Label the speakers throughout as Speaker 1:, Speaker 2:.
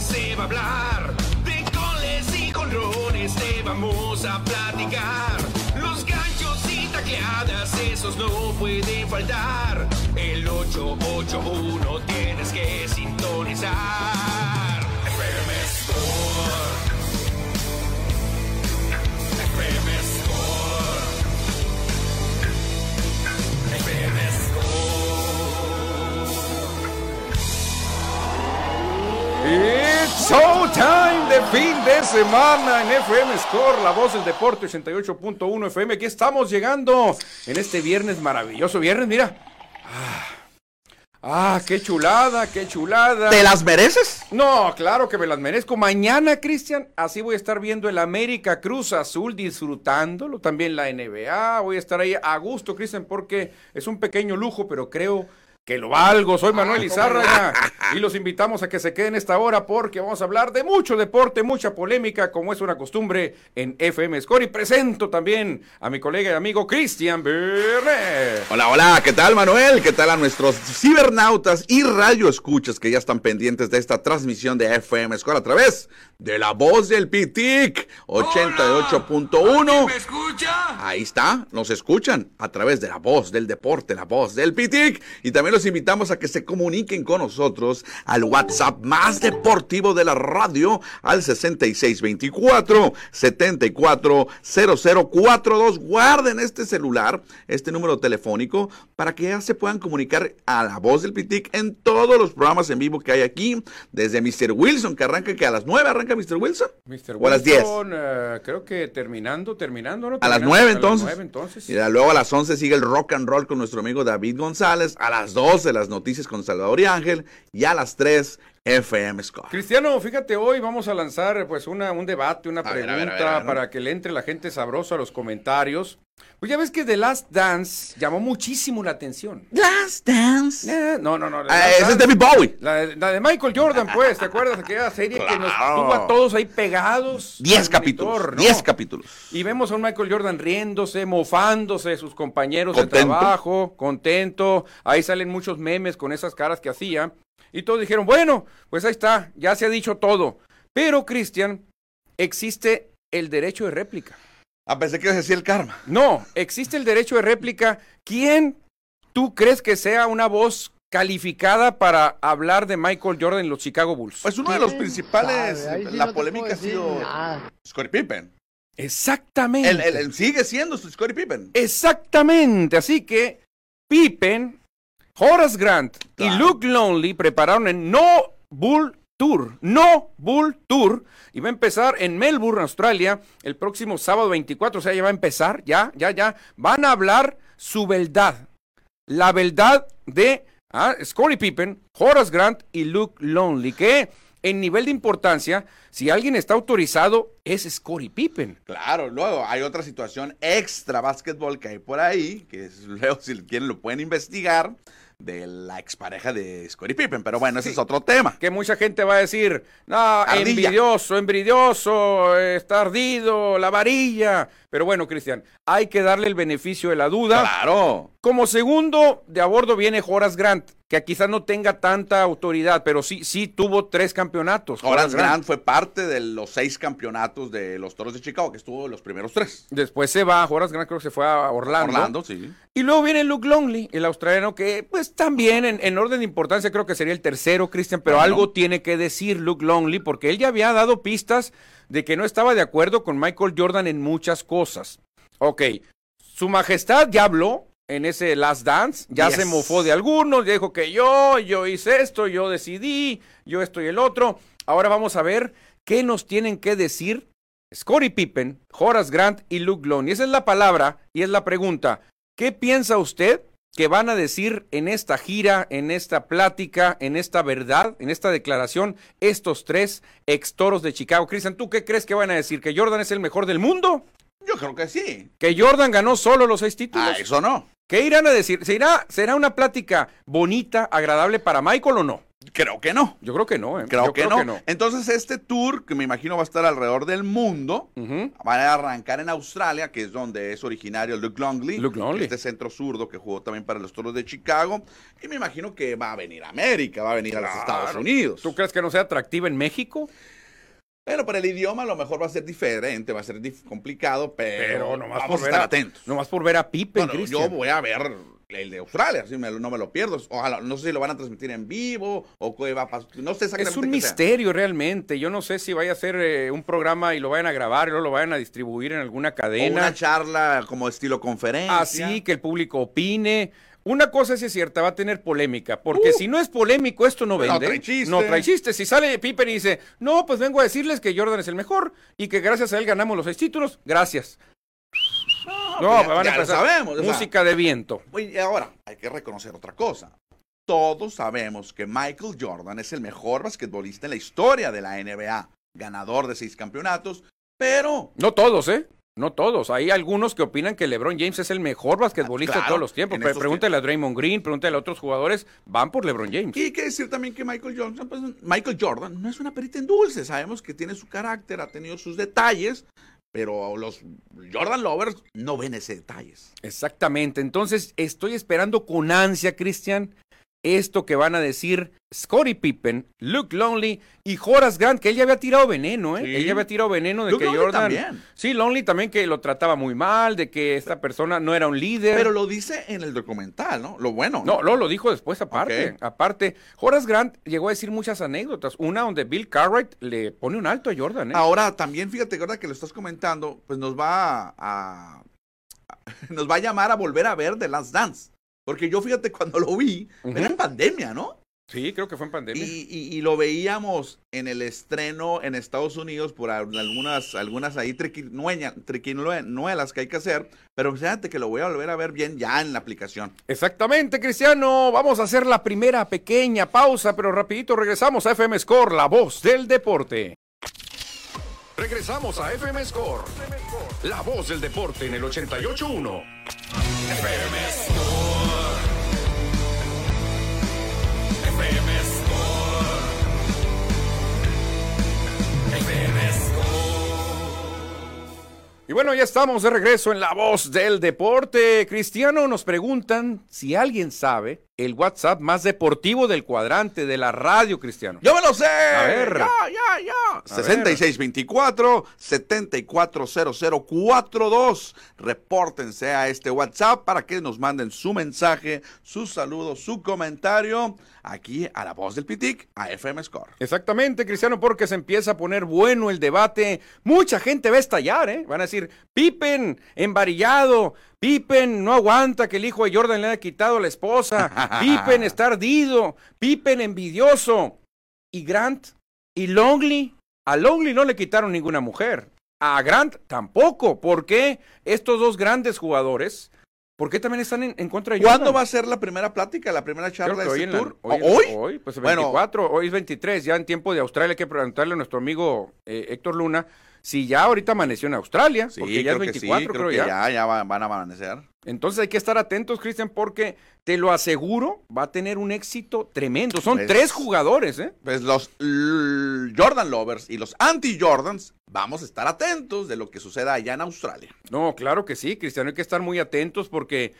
Speaker 1: se va a hablar, de goles y colrones te vamos a platicar. Los ganchos y tacleadas, esos no pueden faltar. El 881 tienes que sintonizar. FM Sport. FM Sport. FM Sport.
Speaker 2: It's showtime de fin de semana en FM Score, la voz del deporte 88.1 FM. Aquí estamos llegando en este viernes maravilloso. Viernes, mira. Ah, ah, qué chulada, qué chulada.
Speaker 3: ¿Te las mereces?
Speaker 2: No, claro que me las merezco. Mañana, Cristian, así voy a estar viendo el América Cruz Azul, disfrutándolo. También la NBA. Voy a estar ahí a gusto, Cristian, porque es un pequeño lujo, pero creo que lo valgo. Soy
Speaker 3: Ah,
Speaker 2: Manuel Izárraga y los invitamos a que se queden esta hora porque vamos a hablar de mucho deporte, mucha polémica, como es una costumbre en FM Score. Y presento también a mi colega y amigo Cristian Bernet.
Speaker 3: Hola, hola, ¿qué tal Manuel? ¿Qué tal a nuestros cibernautas y radioescuchas que ya están pendientes de esta transmisión de FM Score a través de la voz del Pitic 88.1?
Speaker 4: ¿Me escucha?
Speaker 3: Ahí está, nos escuchan a través de la voz del deporte, la voz del PITIC. Y también los invitamos a que se comuniquen con nosotros al WhatsApp más deportivo de la radio al 6624-740042. Guarden este celular, este número telefónico, para que ya se puedan comunicar a la voz del PITIC en todos los programas en vivo que hay aquí, desde Mr. Wilson, que arranca que a las 9 arranca Mr. Wilson.
Speaker 2: Mr.
Speaker 3: O a las 10.
Speaker 2: Wilson, eh, creo que terminando, terminando, ¿no?
Speaker 3: A las
Speaker 2: Terminando,
Speaker 3: 9 entonces.
Speaker 2: A las 9 entonces.
Speaker 3: Y da- luego a las 11 sigue el rock and roll con nuestro amigo David González. A las 12 las noticias con Salvador y Ángel. Y a las 3 FM Score. Eh,
Speaker 2: Cristiano, fíjate, hoy vamos a lanzar pues una, un debate, una
Speaker 3: A ver, a ver,
Speaker 2: pregunta
Speaker 3: a ver, a ver.
Speaker 2: para que le entre la gente sabrosa a los comentarios. Pues ya ves que The Last Dance llamó muchísimo la atención.
Speaker 3: Last Dance.
Speaker 2: Eh, No, no, no. The
Speaker 3: Ah,
Speaker 2: Last
Speaker 3: ese es
Speaker 2: Dance,
Speaker 3: David Bowie.
Speaker 2: la, de- la de Michael Jordan, pues, ¿te acuerdas? Aquella serie que nos
Speaker 3: Claro.
Speaker 2: tuvo a todos ahí pegados.
Speaker 3: 10
Speaker 2: al
Speaker 3: capítulos.
Speaker 2: monitor, ¿no?
Speaker 3: 10 capítulos.
Speaker 2: Y vemos a un Michael Jordan riéndose, mofándose de sus compañeros de
Speaker 3: Contento.
Speaker 2: trabajo, contento. Ahí salen muchos memes con esas caras que hacía. Y todos dijeron, bueno, pues ahí está, ya se ha dicho todo. Pero, Cristian, existe el derecho de réplica.
Speaker 3: Ah, pensé que decía el karma.
Speaker 2: No, existe el derecho de réplica. ¿Quién tú crees que sea una voz calificada para hablar de Michael Jordan en los Chicago Bulls?
Speaker 3: Pues uno de los principales,
Speaker 5: Sabe, ahí sí
Speaker 3: la
Speaker 5: no te
Speaker 3: polémica
Speaker 5: puedo
Speaker 3: ha
Speaker 5: decir
Speaker 3: sido
Speaker 5: nada.
Speaker 3: Scottie Pippen.
Speaker 2: Exactamente.
Speaker 3: Él, él- él sigue siendo Scottie Pippen.
Speaker 2: Exactamente, así que Pippen, Horace Grant y
Speaker 3: Claro.
Speaker 2: Luke Lonely prepararon el No Bull Tour, No Bull Tour, y va a empezar en Melbourne, Australia, el próximo sábado 24, o sea, ya va a empezar, ya, ya, ya, van a hablar su verdad, la verdad de ah, Scottie Pippen, Horace Grant y Luke Lonely, que en nivel de importancia, si alguien está autorizado, es Scottie Pippen.
Speaker 3: Claro, luego hay otra situación extra básquetbol que hay por ahí, que es- luego si quieren lo pueden investigar, de la expareja de Scottie Pippen, pero bueno, ese es otro tema.
Speaker 2: que mucha gente va a decir, no,
Speaker 3: Ardilla.
Speaker 2: envidioso, envidioso, eh, está ardido, la varilla. Pero bueno, Cristian, hay que darle el beneficio de la duda.
Speaker 3: Claro.
Speaker 2: Como segundo de a bordo viene Horace Grant, que quizás no tenga tanta autoridad, pero sí, sí tuvo tres campeonatos.
Speaker 3: Horace Grant fue parte de los seis campeonatos de los Toros de Chicago, que estuvo en los primeros tres.
Speaker 2: Después se va, Horace Grant creo que se fue a
Speaker 3: Orlando, sí.
Speaker 2: Y luego viene Luke Longley, el australiano, que pues también en, en orden de importancia creo que sería el tercero, Cristian, pero
Speaker 3: ¿Cómo
Speaker 2: algo
Speaker 3: no?
Speaker 2: tiene que decir Luke Longley, porque él ya había dado pistas de que no estaba de acuerdo con Michael Jordan en muchas cosas. Ok, su majestad ya habló en ese Last Dance, ya
Speaker 3: Yes.
Speaker 2: se mofó de algunos, ya dijo que yo, yo hice esto, yo decidí, yo esto y el otro. Ahora vamos a ver qué nos tienen que decir Scottie Pippen, Horace Grant y Luke Longley. Esa es la palabra y es la pregunta. ¿Qué piensa usted que van a decir en esta gira, en esta plática, en esta verdad, en esta declaración, estos tres ex toros de Chicago? Cristian, ¿tú qué crees que van a decir? ¿Que Jordan es el mejor del mundo?
Speaker 3: Yo creo que sí.
Speaker 2: ¿Que Jordan ganó solo los seis títulos?
Speaker 3: Ah, eso no.
Speaker 2: ¿Qué irán a decir? ¿Será, será una plática bonita, agradable para Michael o no?
Speaker 3: Creo que no.
Speaker 2: Yo creo que no, ¿eh?
Speaker 3: Creo,
Speaker 2: Yo
Speaker 3: que, no. Entonces, este tour, que me imagino va a estar alrededor del mundo,
Speaker 2: Ujú.
Speaker 3: va a arrancar en Australia, que es donde es originario Luke Longley.
Speaker 2: Luke Longley.
Speaker 3: Este centro zurdo que jugó también para los toros de Chicago. Y me imagino que va a venir a América, va a venir a los Estados Unidos.
Speaker 2: ¿Tú crees que no sea atractiva en México?
Speaker 3: Pero para el idioma a lo mejor va a ser diferente, va a ser dif- complicado, pero,
Speaker 2: Pero nomás por
Speaker 3: vamos a
Speaker 2: ver
Speaker 3: estar
Speaker 2: a,
Speaker 3: atentos.
Speaker 2: nomás por ver a Pippen,
Speaker 3: Bueno, yo
Speaker 2: Cristian.
Speaker 3: voy a ver el de Australia, si me lo- no me lo pierdo. Ojalá, no sé si lo van a transmitir en vivo o qué va a pasar. No sé exactamente.
Speaker 2: Es un
Speaker 3: qué sea.
Speaker 2: misterio realmente. Yo no sé si vaya a ser eh, un programa y lo vayan a grabar y luego lo vayan a distribuir en alguna
Speaker 3: O
Speaker 2: cadena.
Speaker 3: una charla como estilo conferencia.
Speaker 2: Así que el público opine. Una cosa sí es cierta, va a tener polémica, porque si no es polémico, esto no vende.
Speaker 3: Uh. trae chiste.
Speaker 2: No trae chiste. Si sale Pippen y dice, no, pues vengo a decirles que Jordan es el mejor y que gracias a él ganamos los seis títulos, gracias. No,
Speaker 3: pues ya-
Speaker 2: van a
Speaker 3: ya lo
Speaker 2: empezar.
Speaker 3: sabemos, o sea.
Speaker 2: Música de viento.
Speaker 3: Oye, y ahora, hay que reconocer otra cosa. Todos sabemos que Michael Jordan es el mejor basquetbolista en la historia de la NBA, ganador de seis campeonatos, pero
Speaker 2: No todos, ¿eh? No todos. Hay algunos que opinan que LeBron James es el mejor basquetbolista
Speaker 3: claro,
Speaker 2: de todos los tiempos.
Speaker 3: en
Speaker 2: Pre-
Speaker 3: estos
Speaker 2: Pregúntale a Draymond Green, pregúntale a otros jugadores, van por LeBron James.
Speaker 3: Y hay que decir también que Michael Jordan, pues, Michael Jordan no es una perita en dulce. Sabemos que tiene su carácter, ha tenido sus detalles, pero los Jordan lovers no ven ese detalles.
Speaker 2: Exactamente. Entonces, estoy esperando con ansia, Cristian, esto que van a decir Scottie Pippen, Luke Longley y Horace Grant, que él ya había tirado veneno, ¿eh?
Speaker 3: Sí.
Speaker 2: Él ya había tirado veneno de
Speaker 3: Luke
Speaker 2: que
Speaker 3: Longley
Speaker 2: Jordan.
Speaker 3: también.
Speaker 2: Sí, Longley también, que lo trataba muy mal, de que esta persona no era un líder.
Speaker 3: Pero lo dice en el documental, ¿no? Lo bueno.
Speaker 2: No, no, lo dijo después aparte.
Speaker 3: Ok.
Speaker 2: Aparte, Horace Grant llegó a decir muchas anécdotas. Una donde Bill Cartwright le pone un alto a Jordan, ¿eh?
Speaker 3: Ahora, también fíjate, ahora que lo estás comentando, pues nos va a, a- nos va a llamar a volver a ver The Last Dance. Porque yo fíjate, cuando lo vi,
Speaker 2: Ujú.
Speaker 3: era en pandemia, ¿no?
Speaker 2: Sí, creo que fue en pandemia.
Speaker 3: Y, y- y lo veíamos en el estreno en Estados Unidos por al- algunas, algunas ahí triquinueña- triquinuelas que hay que hacer, pero fíjate que lo voy a volver a ver bien ya en la aplicación.
Speaker 2: Exactamente, Cristiano. Vamos a hacer la primera pequeña pausa, pero rapidito regresamos a FM Score, la voz del deporte.
Speaker 1: Regresamos a FM Score. La voz del deporte en el 88.1. FM Score. FM Score. FM
Speaker 2: Y bueno, ya estamos de regreso en la voz del deporte. Cristiano, nos preguntan si alguien sabe el WhatsApp más deportivo del cuadrante de la radio, Cristiano.
Speaker 3: ¡Yo me lo sé! A
Speaker 2: ver.
Speaker 3: ¡Ya, ya, ya! 6624-740042. Repórtense a este WhatsApp para que nos manden su mensaje, su saludo, su comentario aquí a la voz del Pitic, a FM Score.
Speaker 2: Exactamente, Cristiano, porque se empieza a poner bueno el debate. Mucha gente va a estallar, ¿eh? Van a decir, Pippen, embarillado. Pippen no aguanta que el hijo de Jordan le haya quitado a la esposa. Pippen está ardido. Pippen envidioso. Y Grant y Longley. A Longley no le quitaron ninguna mujer. A Grant tampoco. ¿Por qué estos dos grandes jugadores? ¿Por qué también están en, en contra de Jordan?
Speaker 3: ¿Cuándo va a ser la primera plática, la primera
Speaker 2: Creo que
Speaker 3: charla de
Speaker 2: hoy,
Speaker 3: este
Speaker 2: en la-
Speaker 3: tour?
Speaker 2: hoy en-
Speaker 3: ¿Hoy?
Speaker 2: hoy, pues
Speaker 3: Bueno.
Speaker 2: 24, hoy es 23, ya en tiempo de Australia hay que preguntarle a nuestro amigo eh, Héctor Luna si ya ahorita amaneció en Australia,
Speaker 3: Sí,
Speaker 2: porque ya es
Speaker 3: creo que sí,
Speaker 2: 24, creo,
Speaker 3: creo que
Speaker 2: ya.
Speaker 3: ya, ya va- van a amanecer.
Speaker 2: Entonces hay que estar atentos, Cristian, porque te lo aseguro, va a tener un éxito tremendo. Son
Speaker 3: Pues-
Speaker 2: tres jugadores, ¿eh?
Speaker 3: Pues los l- Jordan lovers y los anti-Jordans, vamos a estar atentos de lo que suceda allá en Australia.
Speaker 2: No, claro que sí, Cristiano, hay que estar muy atentos porque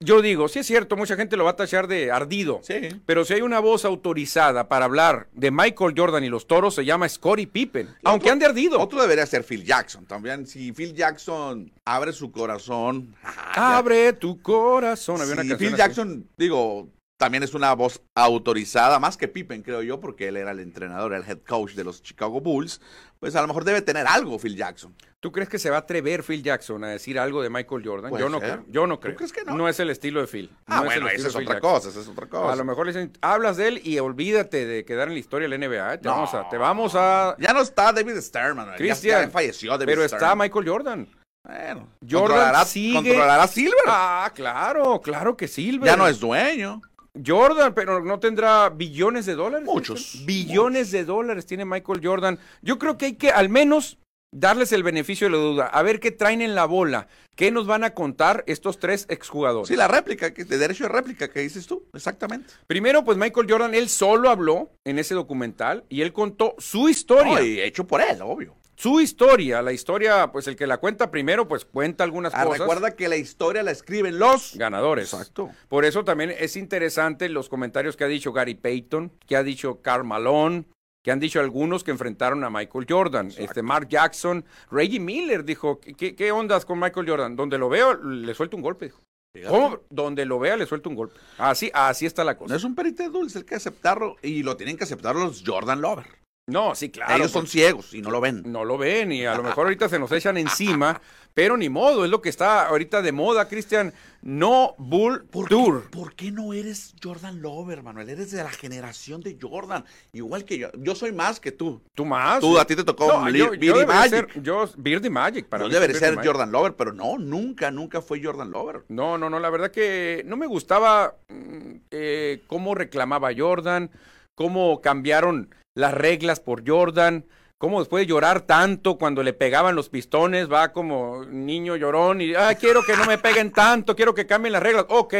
Speaker 2: yo digo, sí es cierto, mucha gente lo va a tachar de ardido.
Speaker 3: Sí.
Speaker 2: Pero si hay una voz autorizada para hablar de Michael Jordan y los toros, se llama Scottie Pippen. Aunque ande ardido.
Speaker 3: Otro debería ser Phil Jackson también. Si Phil Jackson abre su corazón. ah,
Speaker 2: Abre tu corazón. Había una
Speaker 3: si
Speaker 2: canción
Speaker 3: Phil
Speaker 2: así.
Speaker 3: Jackson, digo, también es una voz autorizada, más que Pippen, creo yo, porque él era el entrenador, el head coach de los Chicago Bulls. Pues a lo mejor debe tener algo Phil Jackson.
Speaker 2: ¿Tú crees que se va a atrever Phil Jackson a decir algo de Michael Jordan?
Speaker 3: Puede
Speaker 2: Yo no
Speaker 3: ser.
Speaker 2: creo. Yo no creo.
Speaker 3: crees que no?
Speaker 2: es el estilo de Phil.
Speaker 3: Ah,
Speaker 2: No el estilo
Speaker 3: bueno, esa es
Speaker 2: de Phil
Speaker 3: otra
Speaker 2: Jackson.
Speaker 3: cosa, esa es otra cosa.
Speaker 2: A lo mejor le dicen, hablas de él y olvídate de quedar en la historia de la NBA. ¿eh? Te
Speaker 3: No.
Speaker 2: vamos a, te vamos a.
Speaker 3: Ya no está David Sternman.
Speaker 2: Cristian,
Speaker 3: ya, ya falleció David
Speaker 2: Pero
Speaker 3: Stern.
Speaker 2: está Michael Jordan.
Speaker 3: Bueno,
Speaker 2: Jordan
Speaker 3: controlará,
Speaker 2: sigue-
Speaker 3: controlará Silver.
Speaker 2: Ah, claro, claro que Silver.
Speaker 3: ya no es dueño.
Speaker 2: Jordan, pero no tendrá billones de dólares.
Speaker 3: Muchos,
Speaker 2: Cristian? Billones de dólares tiene Michael Jordan. Yo creo que hay que al menos darles el beneficio de la duda, a ver qué traen en la bola, qué nos van a contar estos tres exjugadores.
Speaker 3: Sí, la réplica, que- de derecho de réplica que dices tú, exactamente.
Speaker 2: Primero, pues Michael Jordan, él solo habló en ese documental y él contó su historia.
Speaker 3: No, y hecho por él, obvio.
Speaker 2: Su historia, la historia, pues el que la cuenta primero, pues cuenta algunas
Speaker 3: Ah,
Speaker 2: cosas.
Speaker 3: recuerda que la historia la escriben los
Speaker 2: ganadores.
Speaker 3: Exacto.
Speaker 2: Por eso también es interesante los comentarios que ha dicho Gary Payton, que ha dicho Karl Malone, que han dicho algunos que enfrentaron a Michael Jordan, este Mark Jackson, Reggie Miller dijo, "¿Qué- ¿qué, qué ondas con Michael Jordan? Donde lo veo, le suelto un golpe. dijo.
Speaker 3: Fíjate.
Speaker 2: ¿Cómo? Donde lo vea, le suelto un golpe. Así, así está la
Speaker 3: No
Speaker 2: cosa.
Speaker 3: es un perite dulce, hay que aceptarlo. Y lo tienen que aceptar los Jordan Lover.
Speaker 2: No, sí, claro. pues,
Speaker 3: Ellos son ciegos y no lo ven.
Speaker 2: No lo ven y a lo mejor ahorita se nos echan encima, pero ni modo, es lo que está ahorita de moda, Cristian. No Bull
Speaker 3: ¿Por
Speaker 2: Tour.
Speaker 3: qué, por qué no eres Jordan Lover, Manuel? Eres de la generación de Jordan. Igual que yo. Yo soy más que tú.
Speaker 2: Tú más.
Speaker 3: Tú, a ti te tocó Li-
Speaker 2: yo, yo
Speaker 3: Beardy
Speaker 2: debería
Speaker 3: Magic.
Speaker 2: ser- yo, Beardy Magic. Para
Speaker 3: Yo
Speaker 2: mí
Speaker 3: debería
Speaker 2: es
Speaker 3: ser
Speaker 2: Beardy Magic.
Speaker 3: Jordan Lover, pero no, nunca, nunca fue Jordan Lover.
Speaker 2: No, no, no, la verdad que no me gustaba mm, eh, cómo reclamaba Jordan, cómo cambiaron las reglas por Jordan, cómo después de llorar tanto cuando le pegaban los pistones, va como niño llorón y, ah, quiero que no me peguen tanto, quiero que cambien las reglas. Ok,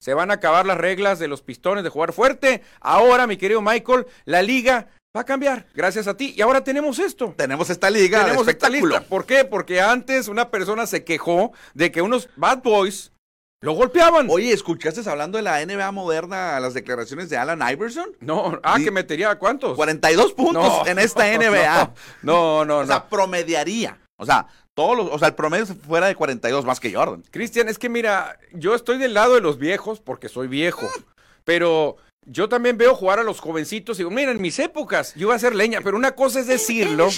Speaker 2: se van a acabar las reglas de los pistones de jugar fuerte. Ahora, mi querido Michael, la liga va a cambiar gracias a ti. Y ahora tenemos esto.
Speaker 3: Tenemos esta liga. de
Speaker 2: tenemos esta
Speaker 3: espectáculo.
Speaker 2: lista. ¿Por qué? Porque antes una persona se quejó de que unos bad boys lo golpeaban.
Speaker 3: Oye, ¿escuchaste hablando de la NBA moderna las declaraciones de Alan Iverson?
Speaker 2: No, ah,
Speaker 3: Di-
Speaker 2: que metería a cuántos.
Speaker 3: 42 puntos
Speaker 2: No,
Speaker 3: en esta
Speaker 2: no,
Speaker 3: NBA.
Speaker 2: No, no,
Speaker 3: O
Speaker 2: no.
Speaker 3: sea, promediaría. O sea, todos los, o sea, el promedio fuera de 42 más que Jordan.
Speaker 2: Cristian, es que mira, yo estoy del lado de los viejos porque soy viejo, pero yo también veo jugar a los jovencitos y digo, mira, en mis épocas yo iba a ser leña, pero una cosa es decirlo,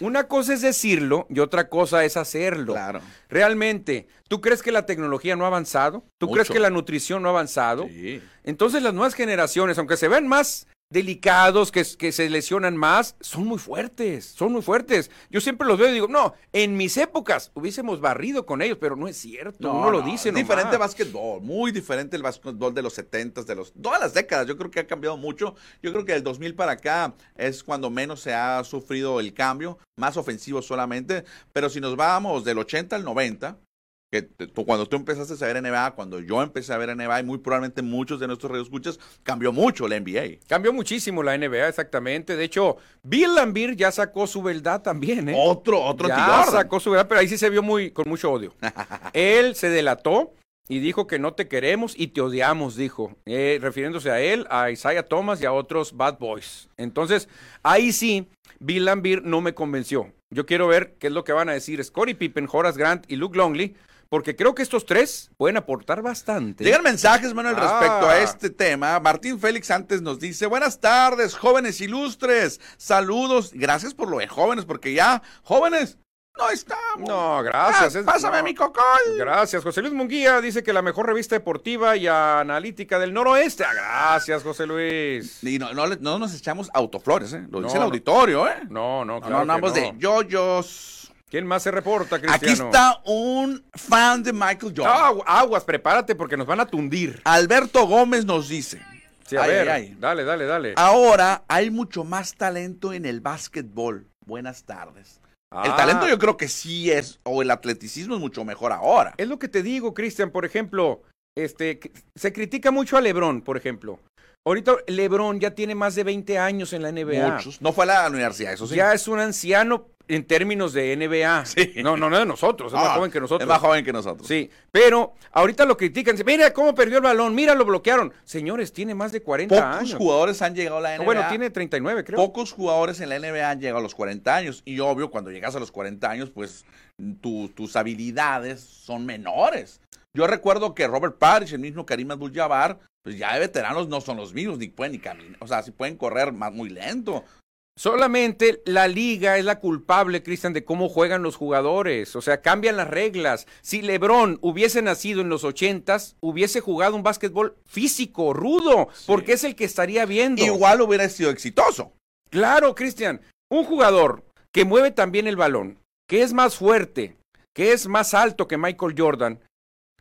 Speaker 2: una cosa es decirlo y otra cosa es hacerlo.
Speaker 3: Claro.
Speaker 2: Realmente, ¿tú crees que la tecnología no ha avanzado? ¿Tú crees
Speaker 3: Mucho.
Speaker 2: que la nutrición no ha avanzado?
Speaker 3: Sí.
Speaker 2: Entonces las nuevas generaciones, aunque se vean más delicados, que, que se lesionan más, son muy fuertes, son muy fuertes. Yo siempre los veo y digo, no, en mis épocas hubiésemos barrido con ellos, pero no es cierto, uno lo dice.
Speaker 3: es
Speaker 2: nomás.
Speaker 3: diferente básquetbol, muy diferente el básquetbol de los 70s, de los todas las décadas. Yo creo que ha cambiado mucho. Yo creo que del 2000 para acá es cuando menos se ha sufrido el cambio, más ofensivo solamente, pero si nos vamos del 80 al 90, que t- tú- cuando tú empezaste a ver NBA, cuando yo empecé a ver NBA, y muy probablemente muchos de nuestros radioescuchas, cambió mucho la NBA.
Speaker 2: Cambió muchísimo la NBA, exactamente. De hecho, Bill Lambir ya sacó su verdad también, ¿eh?
Speaker 3: Otro, otro
Speaker 2: ya
Speaker 3: anti-Jordan.
Speaker 2: sacó su verdad, pero ahí sí se vio muy, con mucho odio. él se delató y dijo que no te queremos y te odiamos, dijo, eh, refiriéndose a él, a Isaiah Thomas y a otros bad boys. Entonces, ahí sí, Bill Lambir no me convenció. Yo quiero ver qué es lo que van a decir Scottie Pippen, Horace Grant y Luke Longley, porque creo que estos tres pueden aportar bastante.
Speaker 3: Llegan mensajes, Manuel,
Speaker 2: Ah.
Speaker 3: respecto a este tema. Martín Félix antes nos dice, buenas tardes, jóvenes ilustres, saludos, gracias por lo de jóvenes, porque ya, jóvenes, no estamos.
Speaker 2: No, gracias.
Speaker 3: Ah,
Speaker 2: es-
Speaker 3: pásame
Speaker 2: no.
Speaker 3: mi cocol.
Speaker 2: Gracias, José Luis Munguía. Dice que la mejor revista deportiva y analítica del noroeste. Ah, Gracias, José Luis.
Speaker 3: Y no, no, le- no nos echamos autoflores, ¿eh? Lo
Speaker 2: No,
Speaker 3: dice el
Speaker 2: no.
Speaker 3: auditorio, ¿eh?
Speaker 2: No, no,
Speaker 3: No,
Speaker 2: claro. que
Speaker 3: hablamos
Speaker 2: no.
Speaker 3: de yoyos.
Speaker 2: ¿Quién más se reporta,
Speaker 3: Aquí
Speaker 2: Cristiano? Ah,
Speaker 3: está un fan de Michael Jordan.
Speaker 2: Agu- aguas, prepárate porque nos van a tundir.
Speaker 3: Alberto Gómez nos dice.
Speaker 2: Sí, a
Speaker 3: Ay,
Speaker 2: ver,
Speaker 3: ay, ay.
Speaker 2: dale, dale, dale.
Speaker 3: Ahora hay mucho más talento en el básquetbol. Buenas tardes. El
Speaker 2: Ah,
Speaker 3: talento yo creo que sí es, o el atleticismo es mucho mejor ahora.
Speaker 2: Es lo que te digo, Cristian, por ejemplo, este, que- se critica mucho a Lebron, por ejemplo. Ahorita Lebron ya tiene más de 20 años en la NBA.
Speaker 3: Muchos. No fue a la universidad, eso sí.
Speaker 2: Ya es un anciano en términos de NBA.
Speaker 3: Sí.
Speaker 2: No, no, no de nosotros, es
Speaker 3: Ah,
Speaker 2: más joven que nosotros.
Speaker 3: Es más joven que nosotros.
Speaker 2: Sí, pero ahorita lo critican. dicen, Mira cómo perdió el balón, mira, lo bloquearon. Señores, tiene más de 40
Speaker 3: Pocos
Speaker 2: años.
Speaker 3: jugadores han llegado a la NBA.
Speaker 2: No, bueno, tiene 39, creo.
Speaker 3: Pocos jugadores en la NBA han llegado a los 40 años. Y obvio, cuando llegas a los 40 años, pues tu- tus habilidades son menores. Yo recuerdo que Robert Parrish, el mismo Karim Abdul-Jabbar, pues ya de veteranos no son los mismos, ni pueden ni caminar. O sea, sí pueden correr más muy lento.
Speaker 2: Solamente la liga es la culpable, Cristian, de cómo juegan los jugadores. O sea, cambian las reglas. Si Lebron hubiese nacido en los 80s, hubiese jugado un básquetbol físico, rudo, porque es el que estaría viendo.
Speaker 3: Igual hubiera sido exitoso.
Speaker 2: Claro, Cristian. Un jugador que mueve también el balón, que es más fuerte, que es más alto que Michael Jordan,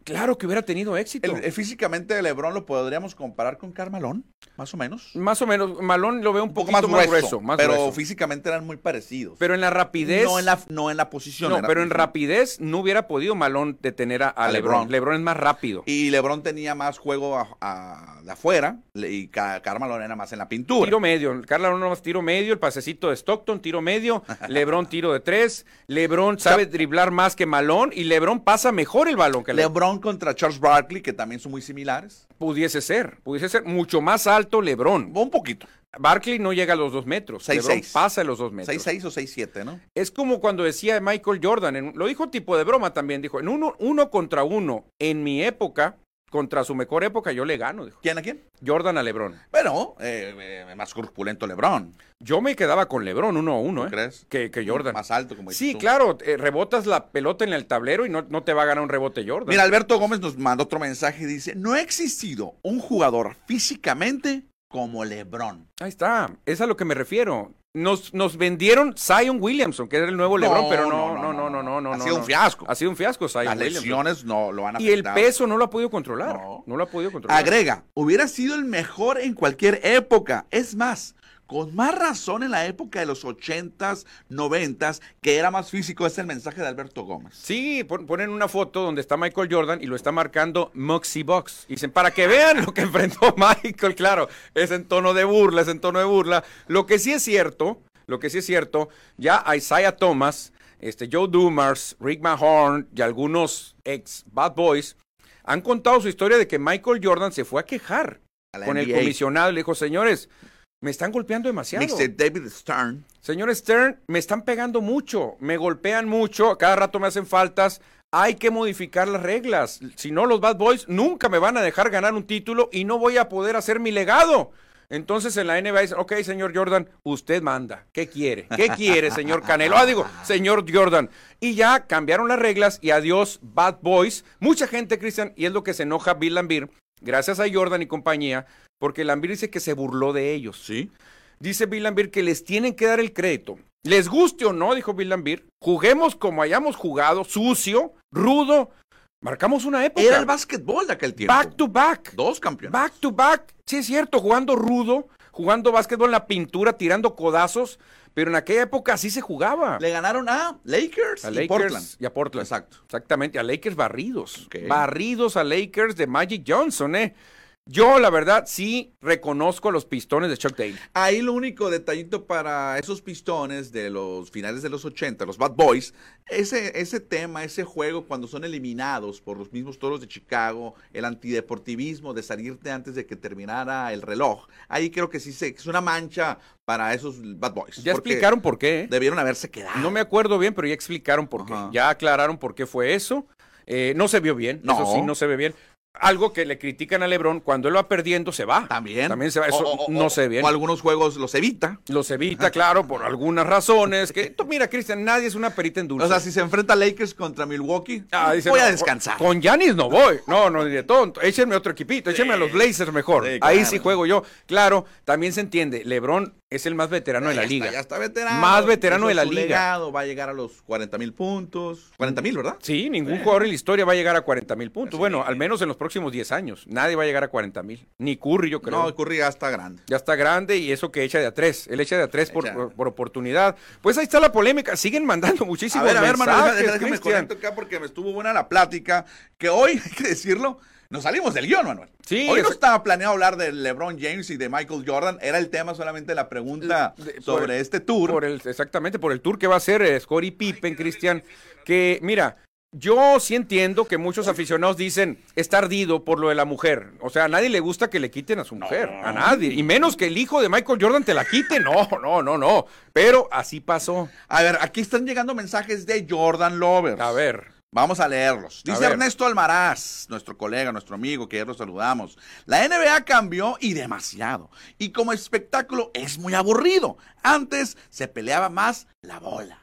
Speaker 2: Claro que hubiera tenido éxito.
Speaker 3: El- el físicamente de LeBron lo podríamos comparar con Carmalón, más o menos. Un
Speaker 2: Más o menos, Malón lo veo un,
Speaker 3: poco
Speaker 2: poquito
Speaker 3: más grueso,
Speaker 2: más
Speaker 3: pero
Speaker 2: grueso.
Speaker 3: físicamente eran muy parecidos.
Speaker 2: Pero en la rapidez.
Speaker 3: no en la no en la posición.
Speaker 2: no,
Speaker 3: era-
Speaker 2: pero en rapidez no hubiera podido Malón detener a, a
Speaker 3: A
Speaker 2: Lebron.
Speaker 3: LeBron.
Speaker 2: Lebron es más rápido.
Speaker 3: Y LeBron tenía más juego a- a- de afuera le- y Ca- Carmalón era más en la pintura.
Speaker 2: Tiro medio. Carla no más tiro medio. El pasecito de Stockton, tiro medio. Lebron tiro de tres. Lebron sabe driblar más que Malón. Y Lebron pasa mejor el balón que Lebron.
Speaker 3: LeBron contra Charles Barkley, que también son muy similares.
Speaker 2: Pudiese ser. Pudiese ser mucho más alto Lebron.
Speaker 3: Un poquito.
Speaker 2: Barkley no llega a los dos metros.
Speaker 3: Seis,
Speaker 2: Lebron
Speaker 3: seis.
Speaker 2: pasa los dos metros.
Speaker 3: 6-6 o 6-7, ¿no?
Speaker 2: Es como cuando decía Michael Jordan, en- lo dijo tipo de broma también, dijo, en uno, uno contra uno, en mi época, contra su mejor época, yo le gano, dijo.
Speaker 3: ¿Quién a quién?
Speaker 2: Jordan a Lebron.
Speaker 3: Bueno, eh, eh, más corpulento LeBron.
Speaker 2: Yo me quedaba con Lebron uno a uno,
Speaker 3: ¿Tú
Speaker 2: ¿eh?
Speaker 3: crees? Mm,
Speaker 2: Que, que Jordan.
Speaker 3: Más alto, como dices
Speaker 2: Sí,
Speaker 3: tú.
Speaker 2: claro, eh, rebotas la pelota en el tablero y no, no te va a ganar un rebote Jordan.
Speaker 3: Mira, Alberto Gómez nos mandó otro mensaje y dice, no ha existido un jugador físicamente como LeBron.
Speaker 2: Ahí está, es a lo que me refiero. Nos, nos vendieron Zion Williamson, que era el nuevo
Speaker 3: No,
Speaker 2: Lebron, pero no, no, no, no, no, no.
Speaker 3: Ha
Speaker 2: no,
Speaker 3: sido un
Speaker 2: no.
Speaker 3: fiasco.
Speaker 2: Ha sido un fiasco Zion
Speaker 3: Las
Speaker 2: Williamson.
Speaker 3: lesiones no lo han
Speaker 2: Y el
Speaker 3: afectado.
Speaker 2: peso no lo ha podido controlar.
Speaker 3: No.
Speaker 2: No, lo ha podido controlar.
Speaker 3: Agrega, hubiera sido el mejor en cualquier época. Es más, con más razón en la época de los 80s, 90s, que era más físico, es el mensaje de Alberto Gómez.
Speaker 2: Sí, pon- ponen una foto donde está Michael Jordan y lo está marcando Moxie Box. Y Dicen, para que vean lo que enfrentó Michael, claro, es en tono de burla, es en tono de burla. Lo que sí es cierto, lo que sí es cierto, ya Isaiah Thomas, este Joe Dumars, Rick Mahorn y algunos ex Bad Boys han contado su historia de que Michael Jordan se fue a quejar
Speaker 3: A la
Speaker 2: con el
Speaker 3: NBA.
Speaker 2: comisionado y le dijo, señores, me están golpeando demasiado.
Speaker 3: Mr. David Stern.
Speaker 2: Señor Stern, me están pegando mucho, me golpean mucho, cada rato me hacen faltas. Hay que modificar las reglas. Si no, los Bad Boys nunca me van a dejar ganar un título y no voy a poder hacer mi legado. Entonces en la NBA dicen, ok, señor Jordan, usted manda. ¿Qué quiere? ¿Qué quiere, señor Canelo? Ah, digo, señor Jordan. Y ya cambiaron las reglas y adiós, Bad Boys. Mucha gente, Cristian, y es lo que se enoja Bill Lambir, gracias a Jordan y compañía, porque Lambir dice que se burló de ellos.
Speaker 3: Sí.
Speaker 2: Dice Bill Lambir que les tienen que dar el crédito. Les guste o no, dijo Bill Lambir, juguemos como hayamos jugado, sucio, rudo. Marcamos una época.
Speaker 3: Era el básquetbol de aquel tiempo.
Speaker 2: back to back.
Speaker 3: Dos campeones.
Speaker 2: Back to back. Sí, es cierto, jugando rudo, jugando básquetbol en la pintura, tirando codazos. Pero en aquella época así se jugaba.
Speaker 3: Le ganaron a Lakers
Speaker 2: a
Speaker 3: y
Speaker 2: Lakers
Speaker 3: Portland.
Speaker 2: y a Portland.
Speaker 3: Exacto.
Speaker 2: Exactamente, a Lakers barridos.
Speaker 3: Ok.
Speaker 2: Barridos a Lakers de Magic Johnson, ¿eh? Yo, la verdad, sí reconozco a los pistones de Chuck Daly.
Speaker 3: Ahí lo único detallito para esos pistones de los finales de los 80, los Bad Boys, ese, ese tema, ese juego cuando son eliminados por los mismos toros de Chicago, el antideportivismo de salirte antes de que terminara el reloj, ahí creo que sí se, es una mancha para esos Bad Boys.
Speaker 2: Ya
Speaker 3: porque
Speaker 2: explicaron por qué. ¿eh?
Speaker 3: Debieron haberse quedado.
Speaker 2: No me acuerdo bien, pero ya explicaron por qué.
Speaker 3: Ajá.
Speaker 2: Ya aclararon por qué fue eso. Eh, no se vio bien.
Speaker 3: No.
Speaker 2: Eso sí, no se ve bien. Algo que le critican a Lebron, cuando él va perdiendo, se va.
Speaker 3: También.
Speaker 2: También se va.
Speaker 3: O-
Speaker 2: Eso
Speaker 3: o- o-
Speaker 2: no se ve bien.
Speaker 3: O algunos juegos los evita.
Speaker 2: Los evita, claro, por algunas razones. Que, tú, mira, Cristian, nadie es una perita en dulce.
Speaker 3: O sea, si se enfrenta Lakers contra Milwaukee,
Speaker 2: Ah, dice,
Speaker 3: voy a
Speaker 2: no,
Speaker 3: descansar.
Speaker 2: Con Yanis no voy. No, no, ni de tonto. Échenme otro equipito. Échenme a los Blazers mejor.
Speaker 3: Sí,
Speaker 2: Ahí
Speaker 3: claro.
Speaker 2: sí juego yo. Claro, también se entiende. LeBron es el más veterano de la
Speaker 3: Ya está,
Speaker 2: liga.
Speaker 3: ya está veterano.
Speaker 2: Más veterano
Speaker 3: hizo
Speaker 2: de la
Speaker 3: su
Speaker 2: liga.
Speaker 3: legado, va a llegar a los 40 mil puntos. 40 mil, ¿verdad?
Speaker 2: Sí, ningún jugador en la historia va a llegar a 40 mil puntos. bueno, al menos en los próximos 10 años. Nadie va a llegar a 40 mil. Ni Curry, yo creo.
Speaker 3: No, Curry ya está grande.
Speaker 2: Ya está grande y eso que echa de a tres. Él echa de a tres por,
Speaker 3: Echa.
Speaker 2: por- por oportunidad. Pues ahí está la polémica. Siguen mandando
Speaker 3: a
Speaker 2: muchísimos
Speaker 3: ver, a ver, Manuel,
Speaker 2: mensajes,
Speaker 3: deja- deja- déjame
Speaker 2: Cristian.
Speaker 3: conecto acá porque me estuvo buena la plática. Que hoy, hay que decirlo, nos salimos del guión, Manuel.
Speaker 2: Sí,
Speaker 3: hoy no
Speaker 2: es-
Speaker 3: estaba planeado hablar de LeBron James y de Michael Jordan. Era el tema solamente la pregunta
Speaker 2: De- por
Speaker 3: sobre
Speaker 2: el-
Speaker 3: este tour.
Speaker 2: Por el, exactamente, por el tour que va a hacer eh, Scottie Pippen, Cristian. Que, mira, yo sí entiendo que muchos aficionados dicen está ardido por lo de la mujer. O sea, a nadie le gusta que le quiten a su mujer, a nadie. Y menos que el hijo de Michael Jordan te la quite. No, no, no, no. Pero así pasó.
Speaker 3: A ver, aquí están llegando mensajes de Jordan Lovers.
Speaker 2: A ver.
Speaker 3: Vamos a leerlos. Dice
Speaker 2: ver.
Speaker 3: Ernesto Almaraz, nuestro colega, nuestro amigo, que ya lo saludamos. La NBA cambió y demasiado. Y como espectáculo es muy aburrido. Antes se peleaba más la bola.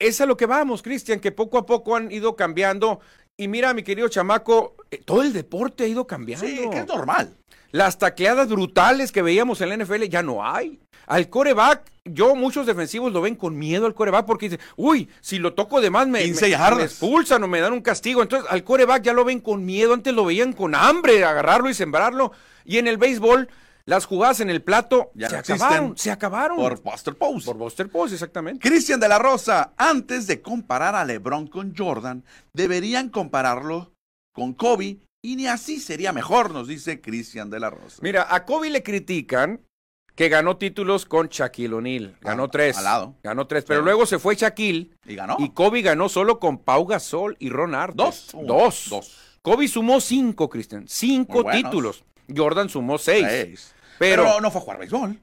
Speaker 2: Es a lo que vamos, Cristian, que poco a poco han ido cambiando. Y mira, mi querido chamaco, eh, todo el deporte ha ido cambiando.
Speaker 3: Sí, que es normal.
Speaker 2: Las tacleadas brutales que veíamos en la NFL ya no hay. Al coreback, yo muchos defensivos lo ven con miedo al coreback porque dicen, uy, si lo toco de más me,
Speaker 3: 15
Speaker 2: me-
Speaker 3: yardas.
Speaker 2: me expulsan o me dan un castigo. Entonces al coreback ya lo ven con miedo, antes lo veían con hambre, agarrarlo y sembrarlo. Y en el béisbol, las jugadas en el plato
Speaker 3: Ya
Speaker 2: se
Speaker 3: no existen.
Speaker 2: acabaron, se acabaron.
Speaker 3: Por Buster Pose.
Speaker 2: Por Buster Pose, exactamente.
Speaker 3: Cristian de la Rosa, antes de comparar a LeBron con Jordan, deberían compararlo con Kobe y ni así sería mejor, nos dice Cristian de la Rosa.
Speaker 2: Mira, a Kobe le critican que ganó títulos con Shaquille O'Neal. Ganó
Speaker 3: Ah,
Speaker 2: tres.
Speaker 3: al lado.
Speaker 2: Ganó tres, pero
Speaker 3: Sí.
Speaker 2: luego se fue Shaquille
Speaker 3: y ganó.
Speaker 2: y Kobe ganó solo con Pau Gasol y Ron Artes.
Speaker 3: dos,
Speaker 2: Dos.
Speaker 3: dos,
Speaker 2: Kobe sumó cinco, Cristian. Cinco
Speaker 3: Muy buenos.
Speaker 2: títulos. Jordan sumó seis.
Speaker 3: seis. Pero,
Speaker 2: Pero,
Speaker 3: no fue a jugar béisbol.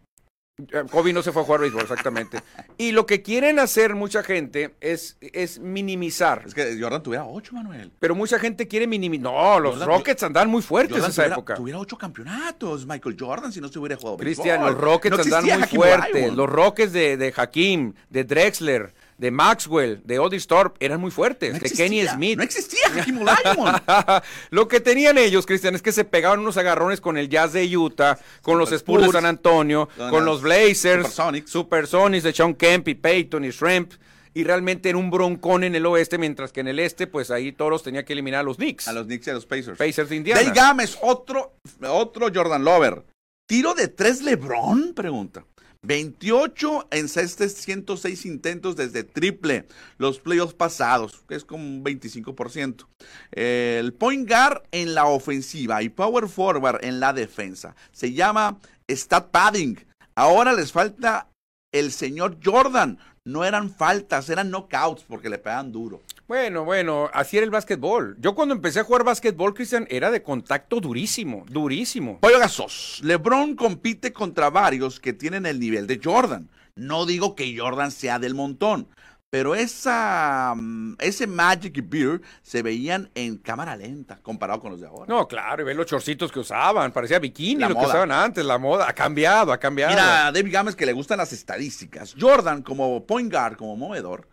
Speaker 2: eh, Kobe no se fue a jugar béisbol, exactamente. y lo que quieren hacer mucha gente es, es minimizar.
Speaker 3: Es que Jordan tuviera ocho, Manuel.
Speaker 2: Pero mucha gente quiere minimizar. No, los
Speaker 3: Jordan-
Speaker 2: Rockets andan muy fuertes
Speaker 3: Jordan
Speaker 2: en Este esa
Speaker 3: tuviera,
Speaker 2: época.
Speaker 3: tuviera ocho campeonatos, Michael Jordan, si no se hubiera jugado
Speaker 2: Cristian,
Speaker 3: béisbol.
Speaker 2: los Rockets
Speaker 3: No
Speaker 2: andan
Speaker 3: existía
Speaker 2: muy
Speaker 3: Hakeem
Speaker 2: fuertes.
Speaker 3: Olajuwon.
Speaker 2: Los Rockets de, de Hakim, de Drexler, de Maxwell, de Odis Thorpe eran muy fuertes.
Speaker 3: No
Speaker 2: de
Speaker 3: existía,
Speaker 2: Kenny Smith.
Speaker 3: No existía Hakeem Olajuwon.
Speaker 2: Lo que tenían ellos, Cristian, es que se pegaban unos agarrones con el Jazz de Utah, con los
Speaker 3: los
Speaker 2: Spurs de
Speaker 3: Spurs,
Speaker 2: San Antonio,
Speaker 3: con
Speaker 2: con
Speaker 3: los
Speaker 2: los Blazers,
Speaker 3: Supersonics.
Speaker 2: Supersonics de Sean Kemp y Peyton y Shrimp. Y realmente era un broncón en el oeste, mientras que en el este, pues ahí Toros tenía que eliminar a los Knicks.
Speaker 3: A los Knicks y a los Pacers.
Speaker 2: Pacers de Indiana.
Speaker 3: Dave Gámez, otro, otro Jordan Lover. ¿Tiro de tres LeBron? Pregunta. 28 en 106 intentos desde triple. Los playoffs pasados, que es como un 25%. El point guard en la ofensiva y power forward en la defensa. Se llama stat padding. Ahora les falta el señor Jordan. No eran faltas, eran knockouts porque le pegan duro.
Speaker 2: Bueno, bueno, así era el básquetbol. Yo cuando empecé a jugar básquetbol, Cristian, era de contacto durísimo, durísimo.
Speaker 3: Pollo Gasos, LeBron compite contra varios que tienen el nivel de Jordan. No digo que Jordan sea del montón, pero esa, mm, ese Magic y Beer se veían en cámara lenta comparado con los de ahora.
Speaker 2: No, claro, y ver los chorcitos que usaban, parecía bikini
Speaker 3: La
Speaker 2: lo que
Speaker 3: moda.
Speaker 2: usaban antes, la moda ha cambiado, ha cambiado.
Speaker 3: Mira, a David Gámez que le gustan las estadísticas. Jordan como point guard, como movedor.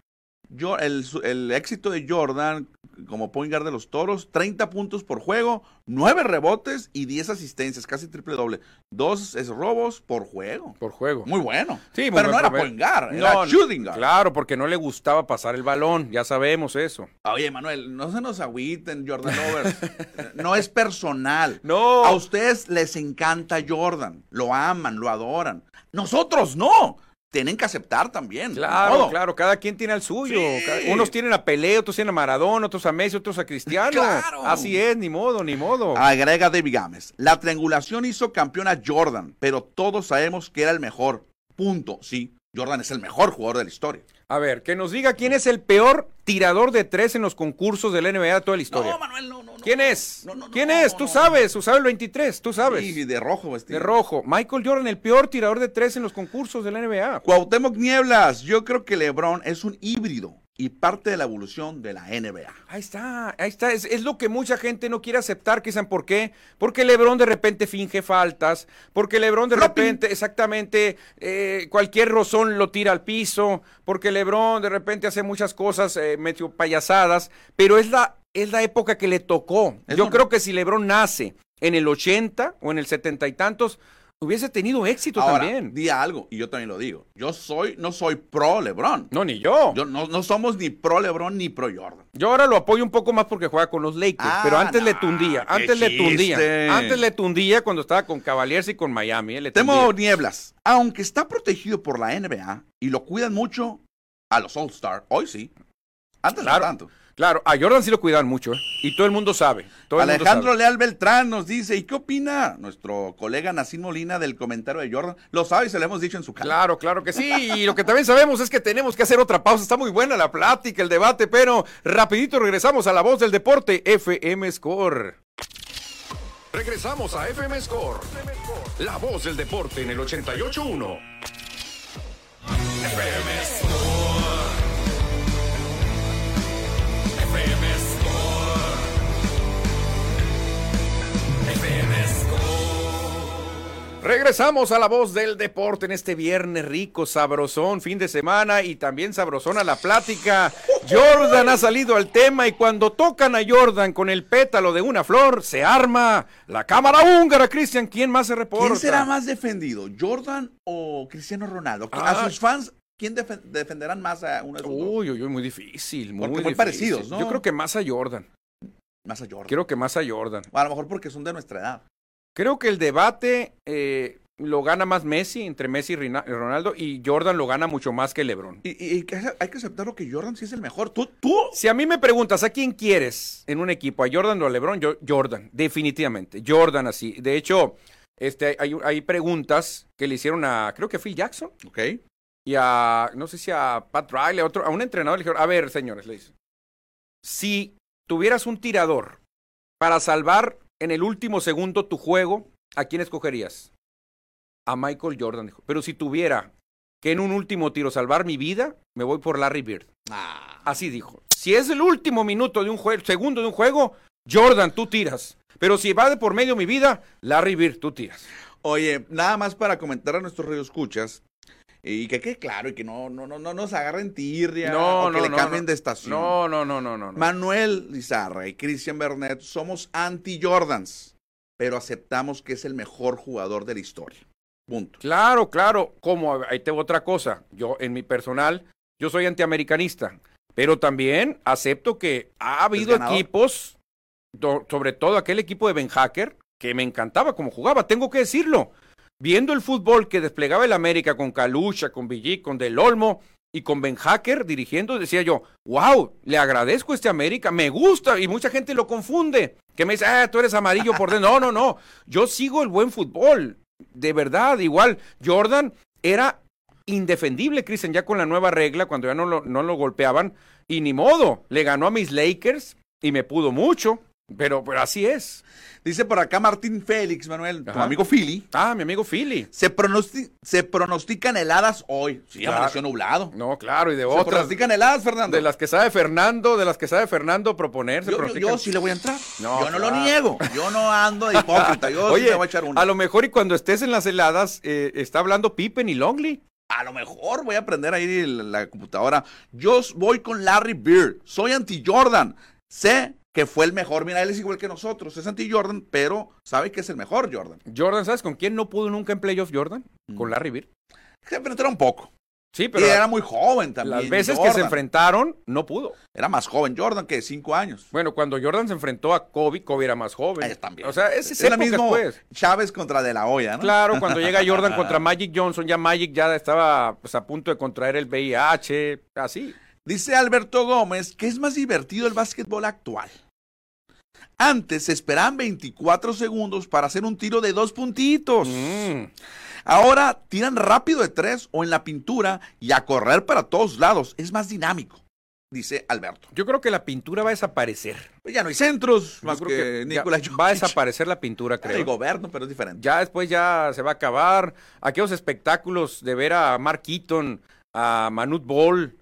Speaker 3: Yo, el, su- el éxito de Jordan como point guard de los toros, 30 puntos por juego, 9 rebotes y 10 asistencias, casi triple doble. Dos es robos por juego.
Speaker 2: por juego.
Speaker 3: Muy bueno.
Speaker 2: Sí, muy
Speaker 3: pero no
Speaker 2: buen
Speaker 3: era
Speaker 2: papel.
Speaker 3: point guard,
Speaker 2: No,
Speaker 3: era
Speaker 2: no,
Speaker 3: shooting guard.
Speaker 2: Claro, porque no le gustaba pasar el balón, ya sabemos eso.
Speaker 3: Oye, Manuel, no se nos agüiten, Jordan Lovers. no es personal.
Speaker 2: No.
Speaker 3: A ustedes les encanta Jordan, lo aman, lo adoran. Nosotros no. Tienen que aceptar también. ni
Speaker 2: Claro,
Speaker 3: modo.
Speaker 2: claro, cada quien tiene al suyo.
Speaker 3: Sí.
Speaker 2: Ca- Unos tienen a Pelé, otros tienen a Maradona, otros a Messi, otros a Cristiano.
Speaker 3: Claro. Ah.
Speaker 2: Así es, ni modo, ni modo.
Speaker 3: Agrega David Gámez. La triangulación hizo campeón a Jordan, pero todos sabemos que era el mejor. Punto. Sí, Jordan es el mejor jugador de la historia.
Speaker 2: A ver, que nos diga quién es el peor tirador de tres en los concursos del NBA de toda la historia.
Speaker 3: No, Manuel, no, no. no.
Speaker 2: ¿Quién es?
Speaker 3: No, no, no,
Speaker 2: ¿Quién
Speaker 3: no,
Speaker 2: es?
Speaker 3: no,
Speaker 2: tú
Speaker 3: no.
Speaker 2: sabes, tú sabes el 23, tú sabes.
Speaker 3: Sí, de rojo vestido.
Speaker 2: de rojo. Michael Jordan, el peor tirador de tres en los concursos de la NBA.
Speaker 3: Cuauhtémoc Nieblas, yo creo que LeBron es un híbrido y parte de la evolución de la NBA.
Speaker 2: Ahí está, ahí está. Es, es lo que mucha gente no quiere aceptar, quizás. ¿Por qué? Porque Lebron de repente finge faltas, porque Lebron de
Speaker 3: Flopping.
Speaker 2: repente, exactamente, eh, cualquier rozón lo tira al piso, porque Lebron de repente hace muchas cosas eh, medio payasadas, pero es la, es la época que le tocó.
Speaker 3: Es
Speaker 2: Yo
Speaker 3: normal.
Speaker 2: creo que si Lebron nace en el 80 o en el 70 y tantos, hubiese tenido éxito
Speaker 3: Ahora,
Speaker 2: también.
Speaker 3: di algo, y yo también lo digo. Yo soy, no soy pro LeBron.
Speaker 2: No, ni yo. yo.
Speaker 3: Yo no, no somos ni pro LeBron ni pro Jordan.
Speaker 2: ahora lo apoyo un poco más porque juega con los Lakers,
Speaker 3: Ah,
Speaker 2: pero antes le
Speaker 3: no,
Speaker 2: tundía,
Speaker 3: qué
Speaker 2: antes le
Speaker 3: chiste.
Speaker 2: tundía, antes le tundía cuando estaba con Cavaliers y con Miami. eh, le
Speaker 3: Temo
Speaker 2: tundía.
Speaker 3: Nieblas, aunque está protegido por la NBA y lo cuidan mucho a los All-Star, hoy sí. Antes
Speaker 2: Claro.
Speaker 3: no tanto.
Speaker 2: Claro, a Jordan sí lo cuidan mucho, eh, y todo el mundo sabe. todo el mundo
Speaker 3: Alejandro
Speaker 2: sabe.
Speaker 3: Leal Beltrán nos dice, ¿y qué opina nuestro colega Nacín Molina del comentario de Jordan? Lo sabe y se lo hemos dicho en su cara.
Speaker 2: Claro, claro que sí. Y lo que también sabemos es que tenemos que hacer otra pausa. Está muy buena la plática, el debate, pero rapidito regresamos a la voz del deporte, FM Score.
Speaker 1: Regresamos a FM Score. La voz del deporte en el 88.1. FM Score. FM Score. FM Score.
Speaker 2: Regresamos a la voz del deporte en este viernes rico, sabrosón, fin de semana y también sabrosón a la plática. Jordan ha salido al tema y cuando tocan a Jordan con el pétalo de una flor, se arma la cámara húngara. Cristian, ¿quién más se reporta?
Speaker 3: ¿Quién será más defendido, Jordan o Cristiano Ronaldo?
Speaker 2: Ah.
Speaker 3: A sus fans, ¿quién defen- defenderán más a uno de sus dos?
Speaker 2: Uy, uy, uy, muy difícil, muy,
Speaker 3: Porque muy
Speaker 2: difícil.
Speaker 3: parecidos, ¿no?
Speaker 2: Yo creo que más a Jordan.
Speaker 3: Más a Jordan.
Speaker 2: Creo que más a Jordan.
Speaker 3: A lo mejor porque son de nuestra edad.
Speaker 2: Creo que el debate eh, lo gana más Messi, entre Messi y Rina- Ronaldo, y Jordan lo gana mucho más que LeBron.
Speaker 3: Y, y- y que hay que aceptarlo que Jordan sí es el mejor. Tú, tú.
Speaker 2: Si a mí me preguntas a quién quieres en un equipo, a Jordan o a LeBron, yo, Jordan, definitivamente. Jordan así. De hecho, este, hay, hay preguntas que le hicieron a, creo que a Phil Jackson
Speaker 3: Ok.
Speaker 2: y a, no sé si a Pat Riley, a, otro, a un entrenador. Le dijeron, a ver, señores, le dice, si tuvieras un tirador para salvar en el último segundo tu juego, ¿a quién escogerías? A Michael Jordan, dijo. Pero si tuviera que en un último tiro salvar mi vida, me voy por Larry Bird. Así dijo. Si es el último minuto de un juego, segundo de un juego, Jordan, tú tiras. Pero si va de por medio mi vida, Larry Bird, tú tiras.
Speaker 3: Oye, nada más para comentar a nuestros radioescuchas y que quede claro y que no, no, no, no nos agarren tirria o que le cambien de estación.
Speaker 2: No, no, no, no, no. no.
Speaker 3: Manuel Lizarra y Cristian Bernet somos anti-Jordans, pero aceptamos que es el mejor jugador de la historia. Punto.
Speaker 2: Claro, claro. Como ahí te va otra cosa. Yo, en mi personal, yo soy antiamericanista. Pero también acepto que ha habido
Speaker 3: ganador.
Speaker 2: equipos, do- sobre todo aquel equipo de Ben Hacker, que me encantaba como jugaba, tengo que decirlo. Viendo el fútbol que desplegaba el América con Calucha, con Villic, con Del Olmo y con Ben Hacker dirigiendo, decía yo, wow, le agradezco este América, me gusta, y mucha gente lo confunde, que me dice, ah, tú eres amarillo por dentro. No, no, no, yo sigo el buen fútbol, de verdad, igual, Jordan era indefendible, Cristian, ya con la nueva regla, cuando ya no lo, no lo golpeaban, y ni modo, le ganó a mis Lakers y me pudo mucho, pero, pero así es.
Speaker 3: Dice por acá Martín Félix, Manuel, tu
Speaker 2: Ajá.
Speaker 3: amigo Philly.
Speaker 2: Ah, mi amigo Philly.
Speaker 3: Se, pronosti- se pronostican heladas hoy. Sí,
Speaker 2: Claro.
Speaker 3: amaneció nublado.
Speaker 2: No, claro, y de
Speaker 3: Se
Speaker 2: otras.
Speaker 3: pronostican heladas, Fernando.
Speaker 2: De las que sabe Fernando, de las que sabe Fernando proponer, se
Speaker 3: yo, yo,
Speaker 2: pronostican-
Speaker 3: yo sí le voy a entrar.
Speaker 2: No,
Speaker 3: yo no
Speaker 2: claro.
Speaker 3: lo niego. Yo no ando de hipócrita. Yo sí
Speaker 2: Oye,
Speaker 3: me voy a echar una.
Speaker 2: a lo mejor y cuando estés en las heladas, eh, está hablando Pippen y Longley.
Speaker 3: A lo mejor voy a aprender ahí la, la computadora. Yo s- voy con Larry Bird. Soy anti-Jordan. Sé que fue el mejor. Mira, él es igual que nosotros. Es anti-Jordan, pero sabe que es el mejor Jordan.
Speaker 2: Jordan, ¿sabes con quién no pudo nunca en playoff Jordan? Con Larry Bird.
Speaker 3: Se enfrentaron un poco.
Speaker 2: Sí, pero
Speaker 3: Mm. y era muy joven también.
Speaker 2: las veces que se
Speaker 3: Jordan.
Speaker 2: enfrentaron, no pudo.
Speaker 3: Era más joven Jordan que de cinco años.
Speaker 2: Bueno, cuando Jordan se enfrentó a Kobe, Kobe era más joven.
Speaker 3: Eh, también.
Speaker 2: O sea, ese es
Speaker 3: Era
Speaker 2: el mismo.
Speaker 3: Chávez contra De La Hoya, ¿no?
Speaker 2: Claro, cuando llega Jordan contra Magic Johnson, ya Magic ya estaba pues, a punto de contraer el VIH, así.
Speaker 3: Dice Alberto Gómez que es más divertido el básquetbol actual. Antes se esperaban 24 segundos para hacer un tiro de dos puntitos.
Speaker 2: Mm.
Speaker 3: Ahora tiran rápido de tres o en la pintura y a correr para todos lados. Es más dinámico, dice Alberto.
Speaker 2: Yo creo que la pintura va a desapaparecer.
Speaker 3: Pues ya no hay centros, más
Speaker 2: Yo
Speaker 3: que,
Speaker 2: creo que ya
Speaker 3: Nicolás
Speaker 2: va a
Speaker 3: Jokic.
Speaker 2: desaparecer la pintura,
Speaker 3: El
Speaker 2: creo.
Speaker 3: gobierno, pero es diferente.
Speaker 2: Ya después ya se va a acabar. Aquellos espectáculos de ver a Mark Keaton, a Manut Ball,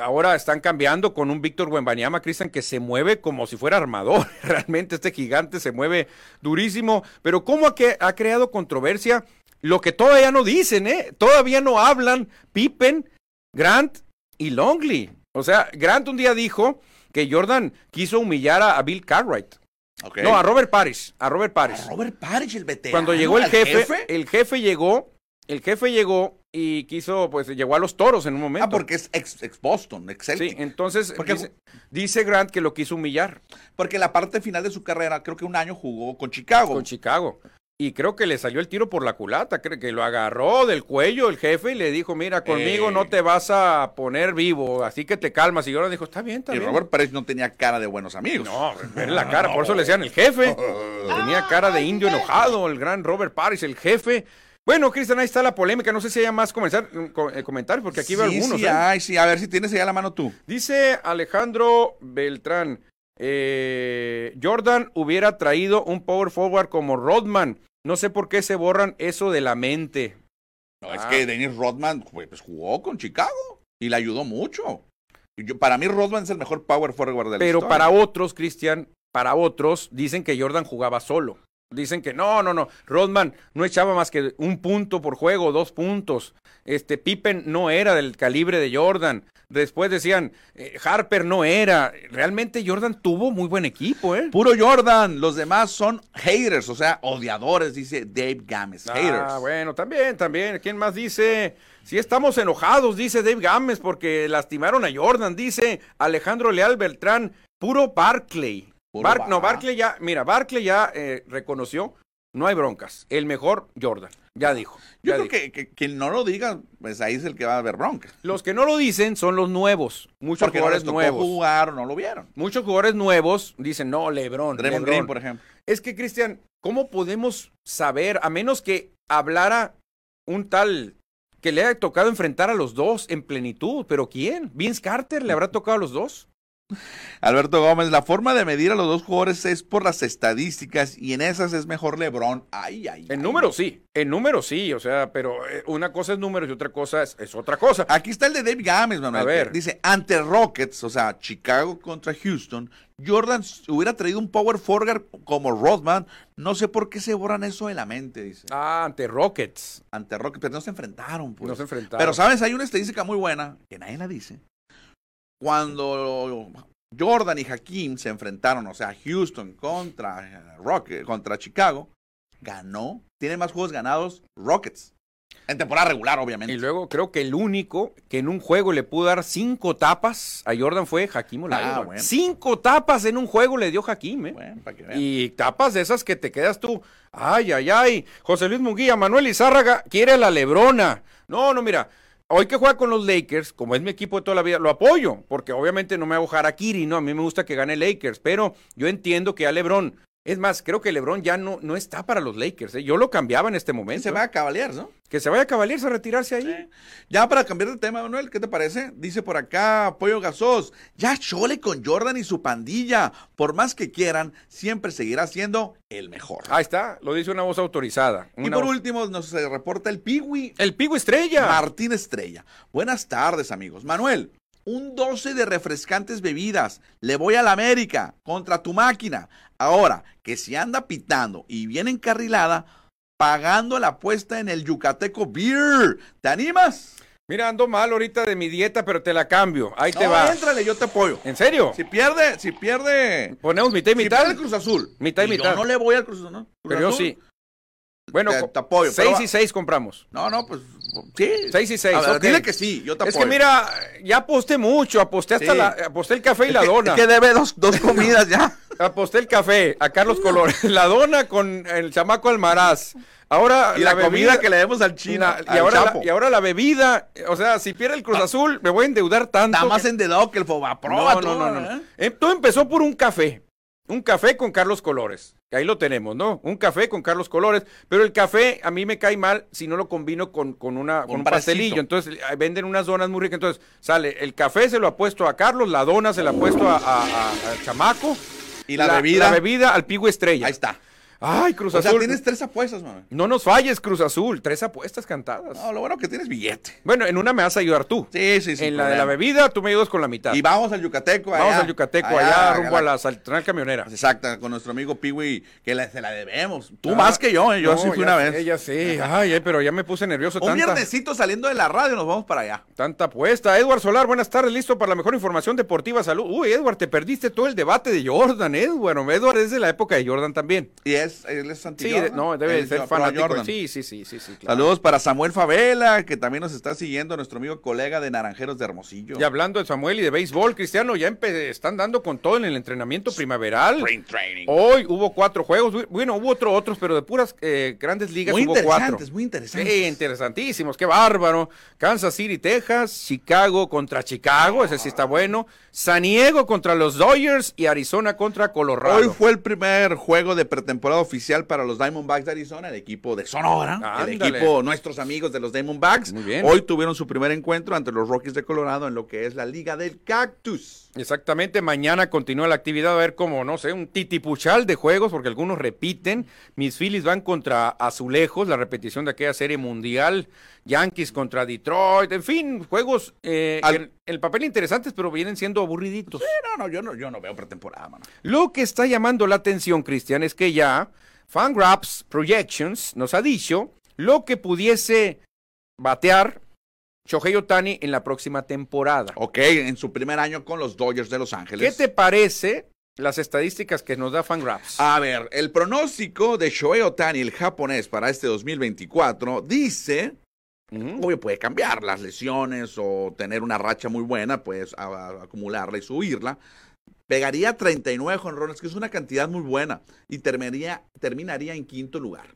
Speaker 2: ahora están cambiando con un Víctor Buenbaniama, Cristian, que se mueve como si fuera armador. Realmente este gigante se mueve durísimo. Pero ¿cómo ha, que, ha creado controversia? Lo que todavía no dicen, ¿eh? Todavía no hablan Pippen, Grant y Longley. O sea, Grant un día dijo que Jordan quiso humillar a, a Bill Cartwright.
Speaker 3: Ok.
Speaker 2: No, a Robert Paris. A Robert Paris.
Speaker 3: Robert Parrish, el veterano.
Speaker 2: Cuando llegó el
Speaker 3: al
Speaker 2: jefe, eh, el jefe llegó, el jefe llegó y quiso, pues llegó a los toros en un momento.
Speaker 3: Ah, porque es ex, ex Boston, ex
Speaker 2: Sí,
Speaker 3: Celtic.
Speaker 2: entonces
Speaker 3: Porque-
Speaker 2: dice, dice Grant que lo quiso humillar
Speaker 3: Porque la parte final de su carrera, creo que un año jugó con Chicago.
Speaker 2: con Chicago. Y creo que le salió el tiro por la culata, creo que lo agarró del cuello el jefe y le dijo, mira, conmigo
Speaker 3: Eh.
Speaker 2: no te vas a poner vivo, así que te calmas. Y Jordan dijo, está bien, está
Speaker 3: y
Speaker 2: bien.
Speaker 3: Robert Parrish no tenía cara de buenos amigos.
Speaker 2: No, ver la cara, por eso le decían el jefe. Tenía cara de indio enojado, el gran Robert Paris, el jefe. Bueno, Cristian, ahí está la polémica. No sé si haya más comenzar, co- eh, comentarios, porque aquí veo
Speaker 3: Sí,
Speaker 2: algunos.
Speaker 3: Sí,
Speaker 2: ¿eh?
Speaker 3: ay, sí, a ver si tienes allá la mano tú.
Speaker 2: Dice Alejandro Beltrán, eh, Jordan hubiera traído un power forward como Rodman. No sé por qué se borran eso de la mente.
Speaker 3: No, es
Speaker 2: Ah.
Speaker 3: que Dennis Rodman pues, pues, jugó con Chicago y le ayudó mucho. Y yo- para mí Rodman es el mejor power forward de la
Speaker 2: Pero
Speaker 3: historia.
Speaker 2: para otros, Cristian, para otros, dicen que Jordan jugaba solo. Dicen que no, no, no. Rodman no echaba más que un punto por juego, dos puntos. Este Pippen no era del calibre de Jordan. Después decían, eh, Harper no era. Realmente Jordan tuvo muy buen equipo, ¿eh?
Speaker 3: Puro Jordan, los demás son haters, o sea, odiadores, dice Dave Gámez. Haters.
Speaker 2: Ah, bueno, también, también. ¿Quién más dice? Si estamos enojados, dice Dave Gámez, porque lastimaron a Jordan, dice Alejandro Leal Beltrán, puro Barclay. Bar-
Speaker 3: Puro
Speaker 2: no,
Speaker 3: va-
Speaker 2: Barclay ya, mira, Barclay ya eh, reconoció, no hay broncas. El mejor Jordan, ya dijo.
Speaker 3: Yo
Speaker 2: ya
Speaker 3: creo
Speaker 2: dijo.
Speaker 3: que, que quien no lo diga, pues ahí es el que va a haber bronca.
Speaker 2: Los que no lo dicen son los nuevos, muchos
Speaker 3: Porque no les
Speaker 2: jugadores
Speaker 3: tocó
Speaker 2: nuevos.
Speaker 3: jugar, no lo vieron.
Speaker 2: Muchos jugadores nuevos dicen, no, Lebron. LeBron".
Speaker 3: Draymond Green, por ejemplo.
Speaker 2: Es que, Cristian, ¿cómo podemos saber, a menos que hablara un tal que le haya tocado enfrentar a los dos en plenitud? ¿Pero quién? ¿Vince Carter le habrá tocado a los dos?
Speaker 3: Alberto Gómez, la forma de medir a los dos jugadores es por las estadísticas y en esas es mejor LeBron. Ay, ay.
Speaker 2: En
Speaker 3: ay.
Speaker 2: números sí, en números sí, o sea, pero eh, una cosa es números y otra cosa es, es otra cosa.
Speaker 3: Aquí está el de Dave Gámez, Manuel.
Speaker 2: A ver.
Speaker 3: Dice, ante Rockets, o sea, Chicago contra Houston, Jordan hubiera traído un power forward como Rodman. No sé por qué se borran eso de la mente, dice.
Speaker 2: Ah, ante Rockets.
Speaker 3: Ante Rockets, pero no se enfrentaron, pues.
Speaker 2: No se enfrentaron.
Speaker 3: Pero, ¿sabes? Hay una estadística muy buena, que nadie la dice. Cuando Jordan y Hakim se enfrentaron, o sea, Houston contra eh, Rocket, contra Chicago, ganó. Tiene más juegos ganados Rockets. En temporada regular, obviamente.
Speaker 2: Y luego creo que el único que en un juego le pudo dar cinco tapas a Jordan fue Hakim Olajuwon.
Speaker 3: Ah, bueno.
Speaker 2: Cinco tapas en un juego le dio Hakim, ¿eh?
Speaker 3: Bueno, para que vean.
Speaker 2: Y tapas de esas que te quedas tú. Ay, ay, ay. José Luis Munguía, Manuel Izárraga quiere a la Lebrona. No, no, mira. Hoy que juega con los Lakers, como es mi equipo de toda la vida, lo apoyo, porque obviamente no me hago Harakiri, ¿no? A mí me gusta que gane Lakers, pero yo entiendo que a Lebron. Es más, creo que Lebron ya no, no está para los Lakers, ¿eh? Yo lo cambiaba en este
Speaker 3: Y
Speaker 2: momento.
Speaker 3: se va a Cavaliers, ¿no?
Speaker 2: Que se vaya a Cavaliers a retirarse ahí.
Speaker 3: Ya para cambiar de tema, Manuel, ¿qué te parece? Dice por acá Pollo Gasos, ya chole con Jordan y su pandilla. Por más que quieran, siempre seguirá siendo el mejor.
Speaker 2: Ahí está, lo dice una voz autorizada.
Speaker 3: y
Speaker 2: Ah, Una
Speaker 3: por
Speaker 2: voz-
Speaker 3: último, nos eh, reporta el Piwi
Speaker 2: El Pigo Estrella.
Speaker 3: Martín Estrella. Buenas tardes, amigos. Manuel, un 12 de refrescantes bebidas. Le voy a la América contra tu máquina. Ahora, que si anda pitando y bien encarrilada, pagando la apuesta en el Yucateco Beer. ¿Te animas?
Speaker 2: Mira, ando mal ahorita de mi dieta, pero te la cambio. Ahí te
Speaker 3: No,
Speaker 2: va.
Speaker 3: éntrale, yo te apoyo.
Speaker 2: ¿En serio?
Speaker 3: Si pierde, si pierde.
Speaker 2: Ponemos mitad y
Speaker 3: Si pierde
Speaker 2: mitad.
Speaker 3: el Cruz Azul.
Speaker 2: Mitad y
Speaker 3: yo
Speaker 2: mitad.
Speaker 3: no le voy al Cruz Azul, ¿no? Cruz
Speaker 2: pero yo
Speaker 3: Azul,
Speaker 2: sí. Bueno,
Speaker 3: te-
Speaker 2: co-
Speaker 3: te apoyo, pero
Speaker 2: seis
Speaker 3: va-
Speaker 2: y seis compramos.
Speaker 3: No, no, pues sí.
Speaker 2: Seis y seis,
Speaker 3: A ver,
Speaker 2: ok.
Speaker 3: Dile que sí, yo te
Speaker 2: Es
Speaker 3: apoyo.
Speaker 2: que mira, ya aposté mucho, aposté hasta
Speaker 3: Sí.
Speaker 2: la, aposté el café y la
Speaker 3: Es que-
Speaker 2: dona.
Speaker 3: Es que debe dos, dos comidas ya.
Speaker 2: Aposté el café a Carlos Colores, la dona con el chamaco Almaraz. Ahora
Speaker 3: Y la, comida
Speaker 2: bebida-
Speaker 3: que le demos al chino.
Speaker 2: la-
Speaker 3: al
Speaker 2: y, ahora
Speaker 3: Chapo.
Speaker 2: la, y ahora la bebida, o sea, si pierde el Cruz Azul, me voy a endeudar tanto.
Speaker 3: Está más
Speaker 2: que-
Speaker 3: endeudado que el Fobaproba.
Speaker 2: no,
Speaker 3: tú,
Speaker 2: no, no, no, no.
Speaker 3: ¿eh?
Speaker 2: Eh, Todo empezó por un café. Un café con Carlos Colores. que Ahí lo tenemos, ¿no? Un café con Carlos Colores. Pero el café a mí me cae mal si no lo combino con, con una, con
Speaker 3: Un
Speaker 2: un pastelillo.
Speaker 3: parecito.
Speaker 2: Entonces eh, venden unas donas muy ricas. Entonces sale el café, se lo ha puesto a Carlos, la dona se la ha puesto a, a- a- al Chamaco.
Speaker 3: Y la, bebida.
Speaker 2: La bebida al Pigo Estrella.
Speaker 3: Ahí está.
Speaker 2: Ay, Cruz
Speaker 3: o sea,
Speaker 2: Azul.
Speaker 3: tienes tres apuestas, man.
Speaker 2: No nos falles, Cruz Azul. Tres apuestas cantadas.
Speaker 3: No, lo bueno que tienes billete.
Speaker 2: Bueno, en una me vas a ayudar tú.
Speaker 3: Sí, sí, sí.
Speaker 2: en la de la bebida tú me ayudas con la mitad.
Speaker 3: Y vamos al Yucateco.
Speaker 2: Vamos
Speaker 3: allá.
Speaker 2: al Yucateco, allá, rumbo a
Speaker 3: la-
Speaker 2: la central camionera.
Speaker 3: Exacto, con nuestro amigo Piwi, que la- se la debemos. Tú
Speaker 2: Ah,
Speaker 3: más que yo, ¿eh? yo
Speaker 2: no,
Speaker 3: sí fui
Speaker 2: ya
Speaker 3: una
Speaker 2: sé,
Speaker 3: vez.
Speaker 2: ya sí, ay, ay, pero ya me puse nervioso
Speaker 3: Un
Speaker 2: tanta,
Speaker 3: viernesito saliendo de la radio, nos vamos para allá.
Speaker 2: tanta apuesta. Edward Solar, buenas tardes, listo para la mejor información deportiva, salud. Uy, Edward, te perdiste todo el debate de Jordan, Edward. Edward es de la época de Jordan también.
Speaker 3: Y es, él es anti
Speaker 2: Sí, de-
Speaker 3: Jordan.
Speaker 2: no, debe de
Speaker 3: Es
Speaker 2: ser
Speaker 3: pro
Speaker 2: fanático.
Speaker 3: Jordan.
Speaker 2: Sí, sí, sí, sí, sí, claro.
Speaker 3: Saludos para Samuel Favela, que también nos está siguiendo, nuestro amigo colega de Naranjeros de Hermosillo.
Speaker 2: Y hablando de Samuel y de béisbol, Cristiano, ya empe- están dando con todo en el entrenamiento primaveral.
Speaker 3: Spring training.
Speaker 2: Hoy hubo cuatro juegos, bueno, hubo otro, otros, pero de puras eh, grandes ligas
Speaker 3: muy
Speaker 2: hubo
Speaker 3: interesantes,
Speaker 2: cuatro.
Speaker 3: muy
Speaker 2: Sí,
Speaker 3: interesantes.
Speaker 2: interesantísimos, qué bárbaro. Kansas City, Texas, Chicago contra Chicago, ese sí está bueno. San Diego contra los Dodgers y Arizona contra Colorado.
Speaker 3: Hoy fue el primer juego de pretemporada oficial para los Diamondbacks de Arizona, el equipo de Sonora, el
Speaker 2: Ándale.
Speaker 3: equipo, nuestros amigos de los Diamondbacks.
Speaker 2: Muy bien.
Speaker 3: Hoy tuvieron su primer encuentro ante los Rockies de Colorado en lo que es la Liga del Cactus.
Speaker 2: Exactamente, mañana continúa la actividad, a ver como, no sé, un titipuchal de juegos, porque algunos repiten. Mis Phillies van contra Azulejos, la repetición de aquella serie mundial. Yankees contra Detroit, en fin, juegos eh,
Speaker 3: Al-
Speaker 2: en, en el papel interesantes, pero vienen siendo aburriditos.
Speaker 3: No, no, yo no, yo no veo pretemporada, mano.
Speaker 2: Lo que está llamando la atención, Cristian, es que ya Fangraphs Projections nos ha dicho lo que pudiese batear Shohei Otani en la próxima temporada.
Speaker 3: Ok, en su primer año con los Dodgers de Los
Speaker 2: ¿Qué
Speaker 3: Ángeles.
Speaker 2: te parece las estadísticas que nos da Fangraphs?
Speaker 3: A ver, el pronóstico de Shohei Otani, el japonés, para este 2024 dice
Speaker 2: Ujú.
Speaker 3: Obvio, puede cambiar las lesiones o tener una racha muy buena, pues a- a- acumularla y subirla. Pegaría 39 jonrones, que es una cantidad muy buena, y terminaría, terminaría en quinto lugar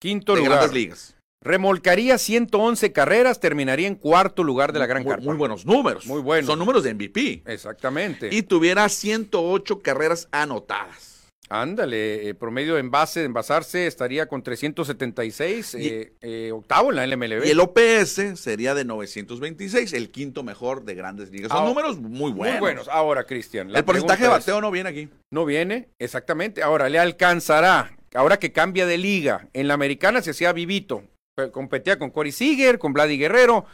Speaker 2: Quinto
Speaker 3: de
Speaker 2: lugar.
Speaker 3: Grandes Ligas.
Speaker 2: Remolcaría 111 carreras, terminaría en cuarto lugar de la Gran
Speaker 3: muy,
Speaker 2: Carpa.
Speaker 3: muy buenos números.
Speaker 2: Muy buenos.
Speaker 3: Son números de MVP.
Speaker 2: Exactamente.
Speaker 3: Y tuviera 108 carreras anotadas.
Speaker 2: Ándale, eh, promedio de envase, de envasarse, estaría con 376,
Speaker 3: Y-
Speaker 2: eh, eh, octavo en la LMLB.
Speaker 3: Y el OPS sería de 926, el quinto mejor de Grandes Ligas. Son
Speaker 2: Ah,
Speaker 3: números muy buenos.
Speaker 2: Muy buenos. Ahora, Cristian. la
Speaker 3: El porcentaje de
Speaker 2: pregunta es-
Speaker 3: bateo no viene aquí.
Speaker 2: No viene, exactamente. Ahora, le alcanzará. Ahora que cambia de liga. En la americana se hacía vivito. Pe- Competía con Corey Seager, con Vladi Guerrero,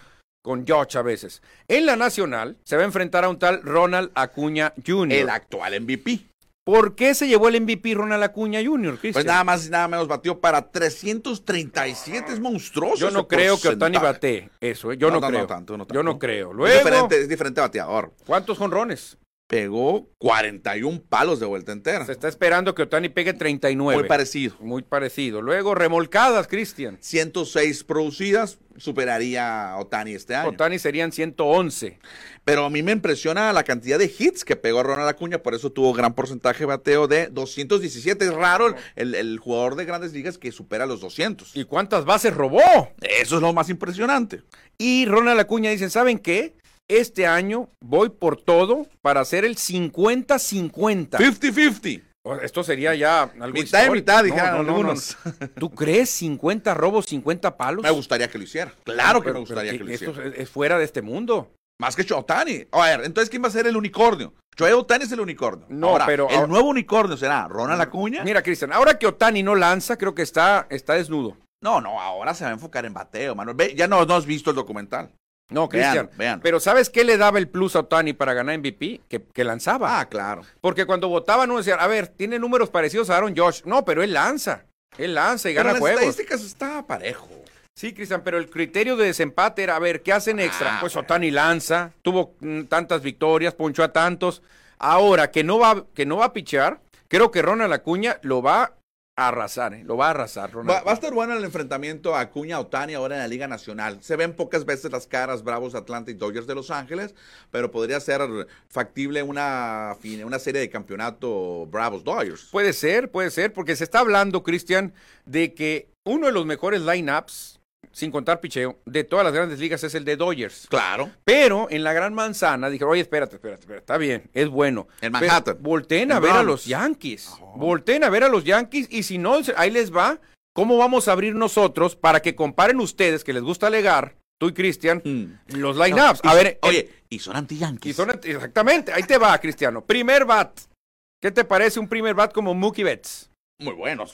Speaker 2: con George a veces. En la nacional se va a enfrentar a un tal Ronald Acuña Jr.
Speaker 3: El actual MVP.
Speaker 2: ¿Por qué se llevó el MVP Ronald Acuña Jr., Cristian?
Speaker 3: Pues nada más y nada menos batió para 337, es monstruoso.
Speaker 2: Yo
Speaker 3: ese
Speaker 2: no creo que Otani
Speaker 3: porcentaje.
Speaker 2: batee eso, ¿eh? Yo no,
Speaker 3: No, no, no
Speaker 2: creo.
Speaker 3: tanto, no tanto.
Speaker 2: Yo no creo.
Speaker 3: Es
Speaker 2: Luego,
Speaker 3: diferente, es diferente bateador.
Speaker 2: ¿cuántos jonrones?
Speaker 3: Pegó 41 palos de vuelta entera.
Speaker 2: Se está esperando que Otani pegue 39.
Speaker 3: Muy parecido.
Speaker 2: Muy parecido. Luego, remolcadas, Cristian.
Speaker 3: 106 producidas superaría a Otani este año.
Speaker 2: Otani serían 111.
Speaker 3: Pero a mí me impresiona la cantidad de hits que pegó Ronald Acuña, por eso tuvo gran porcentaje de bateo de 217. Es raro el- el, el jugador de grandes ligas que supera los 200.
Speaker 2: ¿Y cuántas bases robó?
Speaker 3: Eso es lo más impresionante.
Speaker 2: Y Ronald Acuña dicen, ¿saben qué? Este año voy por todo para hacer el 50-50.
Speaker 3: 50-50.
Speaker 2: O- Esto sería ya algo
Speaker 3: Mitad y
Speaker 2: histórico.
Speaker 3: mitad,
Speaker 2: No,
Speaker 3: dijeron
Speaker 2: no, no, no.
Speaker 3: algunos.
Speaker 2: ¿Tú crees 50 robos, 50 palos?
Speaker 3: Me gustaría que lo hiciera. Claro
Speaker 2: Pues
Speaker 3: que
Speaker 2: Pero-
Speaker 3: me gustaría
Speaker 2: pero
Speaker 3: que lo
Speaker 2: esto
Speaker 3: hiciera.
Speaker 2: es- es fuera de este mundo.
Speaker 3: Más que Otani. A ver, entonces, ¿quién va a ser el unicornio? Shohei Otani es el unicornio.
Speaker 2: No,
Speaker 3: Ahora,
Speaker 2: pero
Speaker 3: ¿El
Speaker 2: ahora-
Speaker 3: nuevo unicornio será Ronald Acuña?
Speaker 2: Mira, Cristian, ahora que Otani no lanza, creo que está, está desnudo.
Speaker 3: No, no, ahora se va a enfocar en bateo, Manuel. Ve, ya no, no has visto el documental.
Speaker 2: No, Cristian.
Speaker 3: Vean, vean.
Speaker 2: Pero ¿sabes qué le daba el plus a Otani para ganar MVP? Que, que lanzaba.
Speaker 3: Ah, claro.
Speaker 2: Porque cuando votaban uno decía, a ver, tiene números parecidos a Aaron Josh. No, pero él lanza. Él lanza y
Speaker 3: Pero
Speaker 2: gana
Speaker 3: las
Speaker 2: juegos.
Speaker 3: estadísticas está parejo.
Speaker 2: Sí, Cristian, pero el criterio de desempate era, a ver, ¿qué hacen extra?
Speaker 3: Ah,
Speaker 2: pues
Speaker 3: bueno.
Speaker 2: Otani lanza, tuvo mm, tantas victorias, ponchó a tantos. Ahora que no va, que no va a pichar, creo que Ronald Acuña lo va a arrasar, ¿eh? Lo va a arrasar, Ronald.
Speaker 3: Va, va a estar bueno el enfrentamiento a Acuña Otani ahora en la Liga Nacional. Se ven pocas veces las caras Bravos, Atlanta y Dodgers de Los Ángeles, pero podría ser factible una, fin- una serie de campeonato Bravos-Dodgers.
Speaker 2: Puede ser, puede ser, porque se está hablando, Cristian, de que uno de los mejores lineups, sin contar picheo, de todas las grandes ligas es el de Dodgers.
Speaker 3: Claro.
Speaker 2: Pero en la Gran Manzana dijeron, oye, espérate, espérate, espérate, está bien, es bueno.
Speaker 3: En
Speaker 2: Pero
Speaker 3: Manhattan.
Speaker 2: volteen a
Speaker 3: En
Speaker 2: ver a
Speaker 3: Bronx. Ah.
Speaker 2: los Yankees. Volteen a ver a los Yankees y si no, ahí les va. ¿Cómo vamos a abrir nosotros para que comparen ustedes, que les gusta alegar, tú y Cristian,
Speaker 3: Mm.
Speaker 2: los lineups?
Speaker 3: No,
Speaker 2: a
Speaker 3: y-
Speaker 2: ver, el-
Speaker 3: Oye, y son anti-yankees.
Speaker 2: y son ant- exactamente, ahí te va, Cristiano. Primer bat. ¿Qué te parece un primer bat como Mookie Betts?
Speaker 3: muy buenos.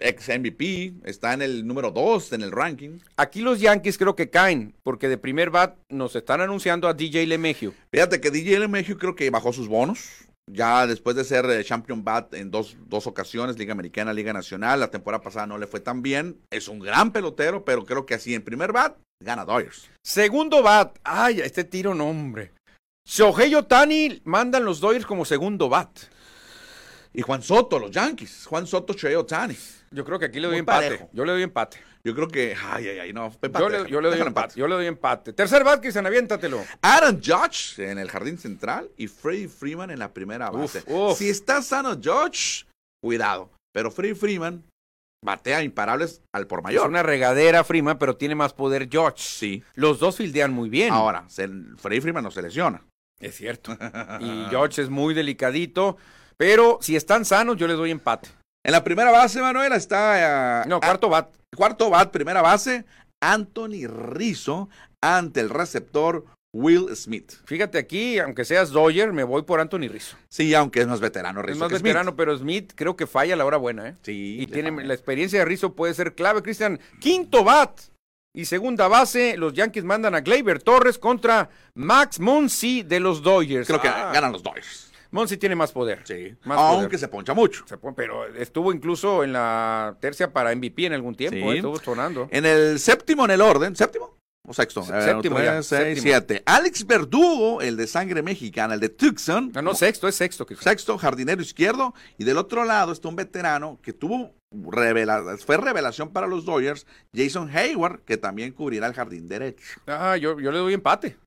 Speaker 3: Ex MVP, está en el número 2 en el ranking.
Speaker 2: Aquí los Yankees creo que caen, porque de primer bat nos están anunciando a DJ LeMahieu.
Speaker 3: Fíjate que DJ México creo que bajó sus bonos. Ya después de ser eh, Champion Bat en dos, dos ocasiones, Liga Americana, Liga Nacional, la temporada pasada no le fue tan bien. Es un gran pelotero, pero creo que así en primer bat gana Dodgers.
Speaker 2: Segundo bat. Ay, este tiro no, hombre. Shohei Otani mandan los Dodgers como segundo bat.
Speaker 3: Y Juan Soto, los Yankees. Juan Soto, Shohei Otani.
Speaker 2: Yo creo que aquí le doy
Speaker 3: Muy
Speaker 2: empate.
Speaker 3: parejo.
Speaker 2: Yo le doy empate.
Speaker 3: Yo creo que. Ay, ay, ay, no. empate,
Speaker 2: Yo le, yo le doy
Speaker 3: déjalo
Speaker 2: empate. Yo le doy empate. Tercer bat, Cristian, aviéntatelo.
Speaker 3: Aaron Judge en el jardín central y Freddie Freeman en la primera
Speaker 2: Uf,
Speaker 3: base.
Speaker 2: uf.
Speaker 3: Si está sano Judge, cuidado. Pero Freddie Freeman batea imparables al por
Speaker 2: Es
Speaker 3: mayor.
Speaker 2: una regadera Freeman, pero tiene más poder George.
Speaker 3: Sí.
Speaker 2: Los dos fildean muy bien.
Speaker 3: Ahora, se- Freddie Freeman no se lesiona.
Speaker 2: Es cierto. Y George es muy delicadito. Pero si están sanos, yo les doy empate.
Speaker 3: En la primera base, Manuela, está eh,
Speaker 2: No,
Speaker 3: a-
Speaker 2: cuarto bat.
Speaker 3: cuarto bat, primera base, Anthony Rizzo ante el receptor Will Smith.
Speaker 2: Fíjate aquí, aunque seas Dodger, me voy por Anthony Rizzo.
Speaker 3: Sí, aunque es más veterano Rizzo.
Speaker 2: Es más
Speaker 3: que Smith.
Speaker 2: veterano, pero Smith creo que falla a la hora buena, ¿eh?
Speaker 3: Sí.
Speaker 2: Y
Speaker 3: le
Speaker 2: tiene
Speaker 3: falla.
Speaker 2: la experiencia de Rizzo puede ser clave, Cristian. Quinto bat y segunda base, los Yankees mandan a Gleyber Torres contra Max Muncy de los Dodgers.
Speaker 3: Creo que
Speaker 2: Ah,
Speaker 3: ganan los Dodgers.
Speaker 2: Monsi tiene más poder.
Speaker 3: Sí.
Speaker 2: Más
Speaker 3: Aunque
Speaker 2: poder.
Speaker 3: se poncha mucho.
Speaker 2: Se pone- Pero estuvo incluso en la tercia para MVP en algún tiempo, eh,
Speaker 3: Sí.
Speaker 2: estuvo sonando.
Speaker 3: En el séptimo en el orden, séptimo o sexto. A ver,
Speaker 2: Séptimo
Speaker 3: tres,
Speaker 2: ya,
Speaker 3: seis,
Speaker 2: séptimo.
Speaker 3: siete. Alex Verdugo, el de sangre mexicana, el de Tucson.
Speaker 2: Ah, No, no, sexto, es sexto. que-
Speaker 3: Sexto, jardinero izquierdo. Y del otro lado está un veterano que tuvo revela- fue revelación para los Dodgers, Jason Hayward, que también cubrirá el jardín derecho.
Speaker 2: Ah, yo, yo le doy empate.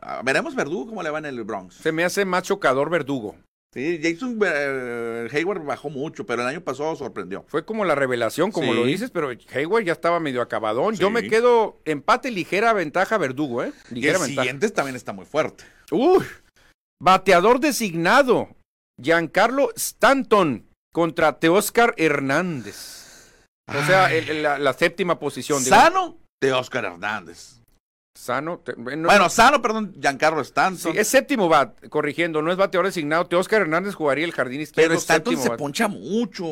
Speaker 3: Ah, Veremos Verdugo cómo le va en el Bronx.
Speaker 2: Se me hace más chocador verdugo.
Speaker 3: Sí, Jason eh, Hayward bajó mucho, pero el año pasado sorprendió.
Speaker 2: Fue como la revelación, como
Speaker 3: Sí.
Speaker 2: lo dices, pero Hayward ya estaba medio acabadón. Yo
Speaker 3: Sí.
Speaker 2: me quedo empate, ligera ventaja, verdugo, ¿eh?
Speaker 3: Y el
Speaker 2: Ligera ventaja.
Speaker 3: siguiente también está muy fuerte.
Speaker 2: Uy, bateador designado, Giancarlo Stanton contra Teóscar Hernández. O sea, el- el- la, la séptima posición. digo.
Speaker 3: Sano de Oscar Hernández.
Speaker 2: Sano. te- eh, no-
Speaker 3: bueno, sano, perdón, Giancarlo
Speaker 2: sí,
Speaker 3: Stanton.
Speaker 2: es séptimo bat, corrigiendo, no es bateador designado. Teóscar Hernández jugaría el jardín izquierdo.
Speaker 3: pero Stanton
Speaker 2: séptimo
Speaker 3: se
Speaker 2: bat.
Speaker 3: poncha mucho.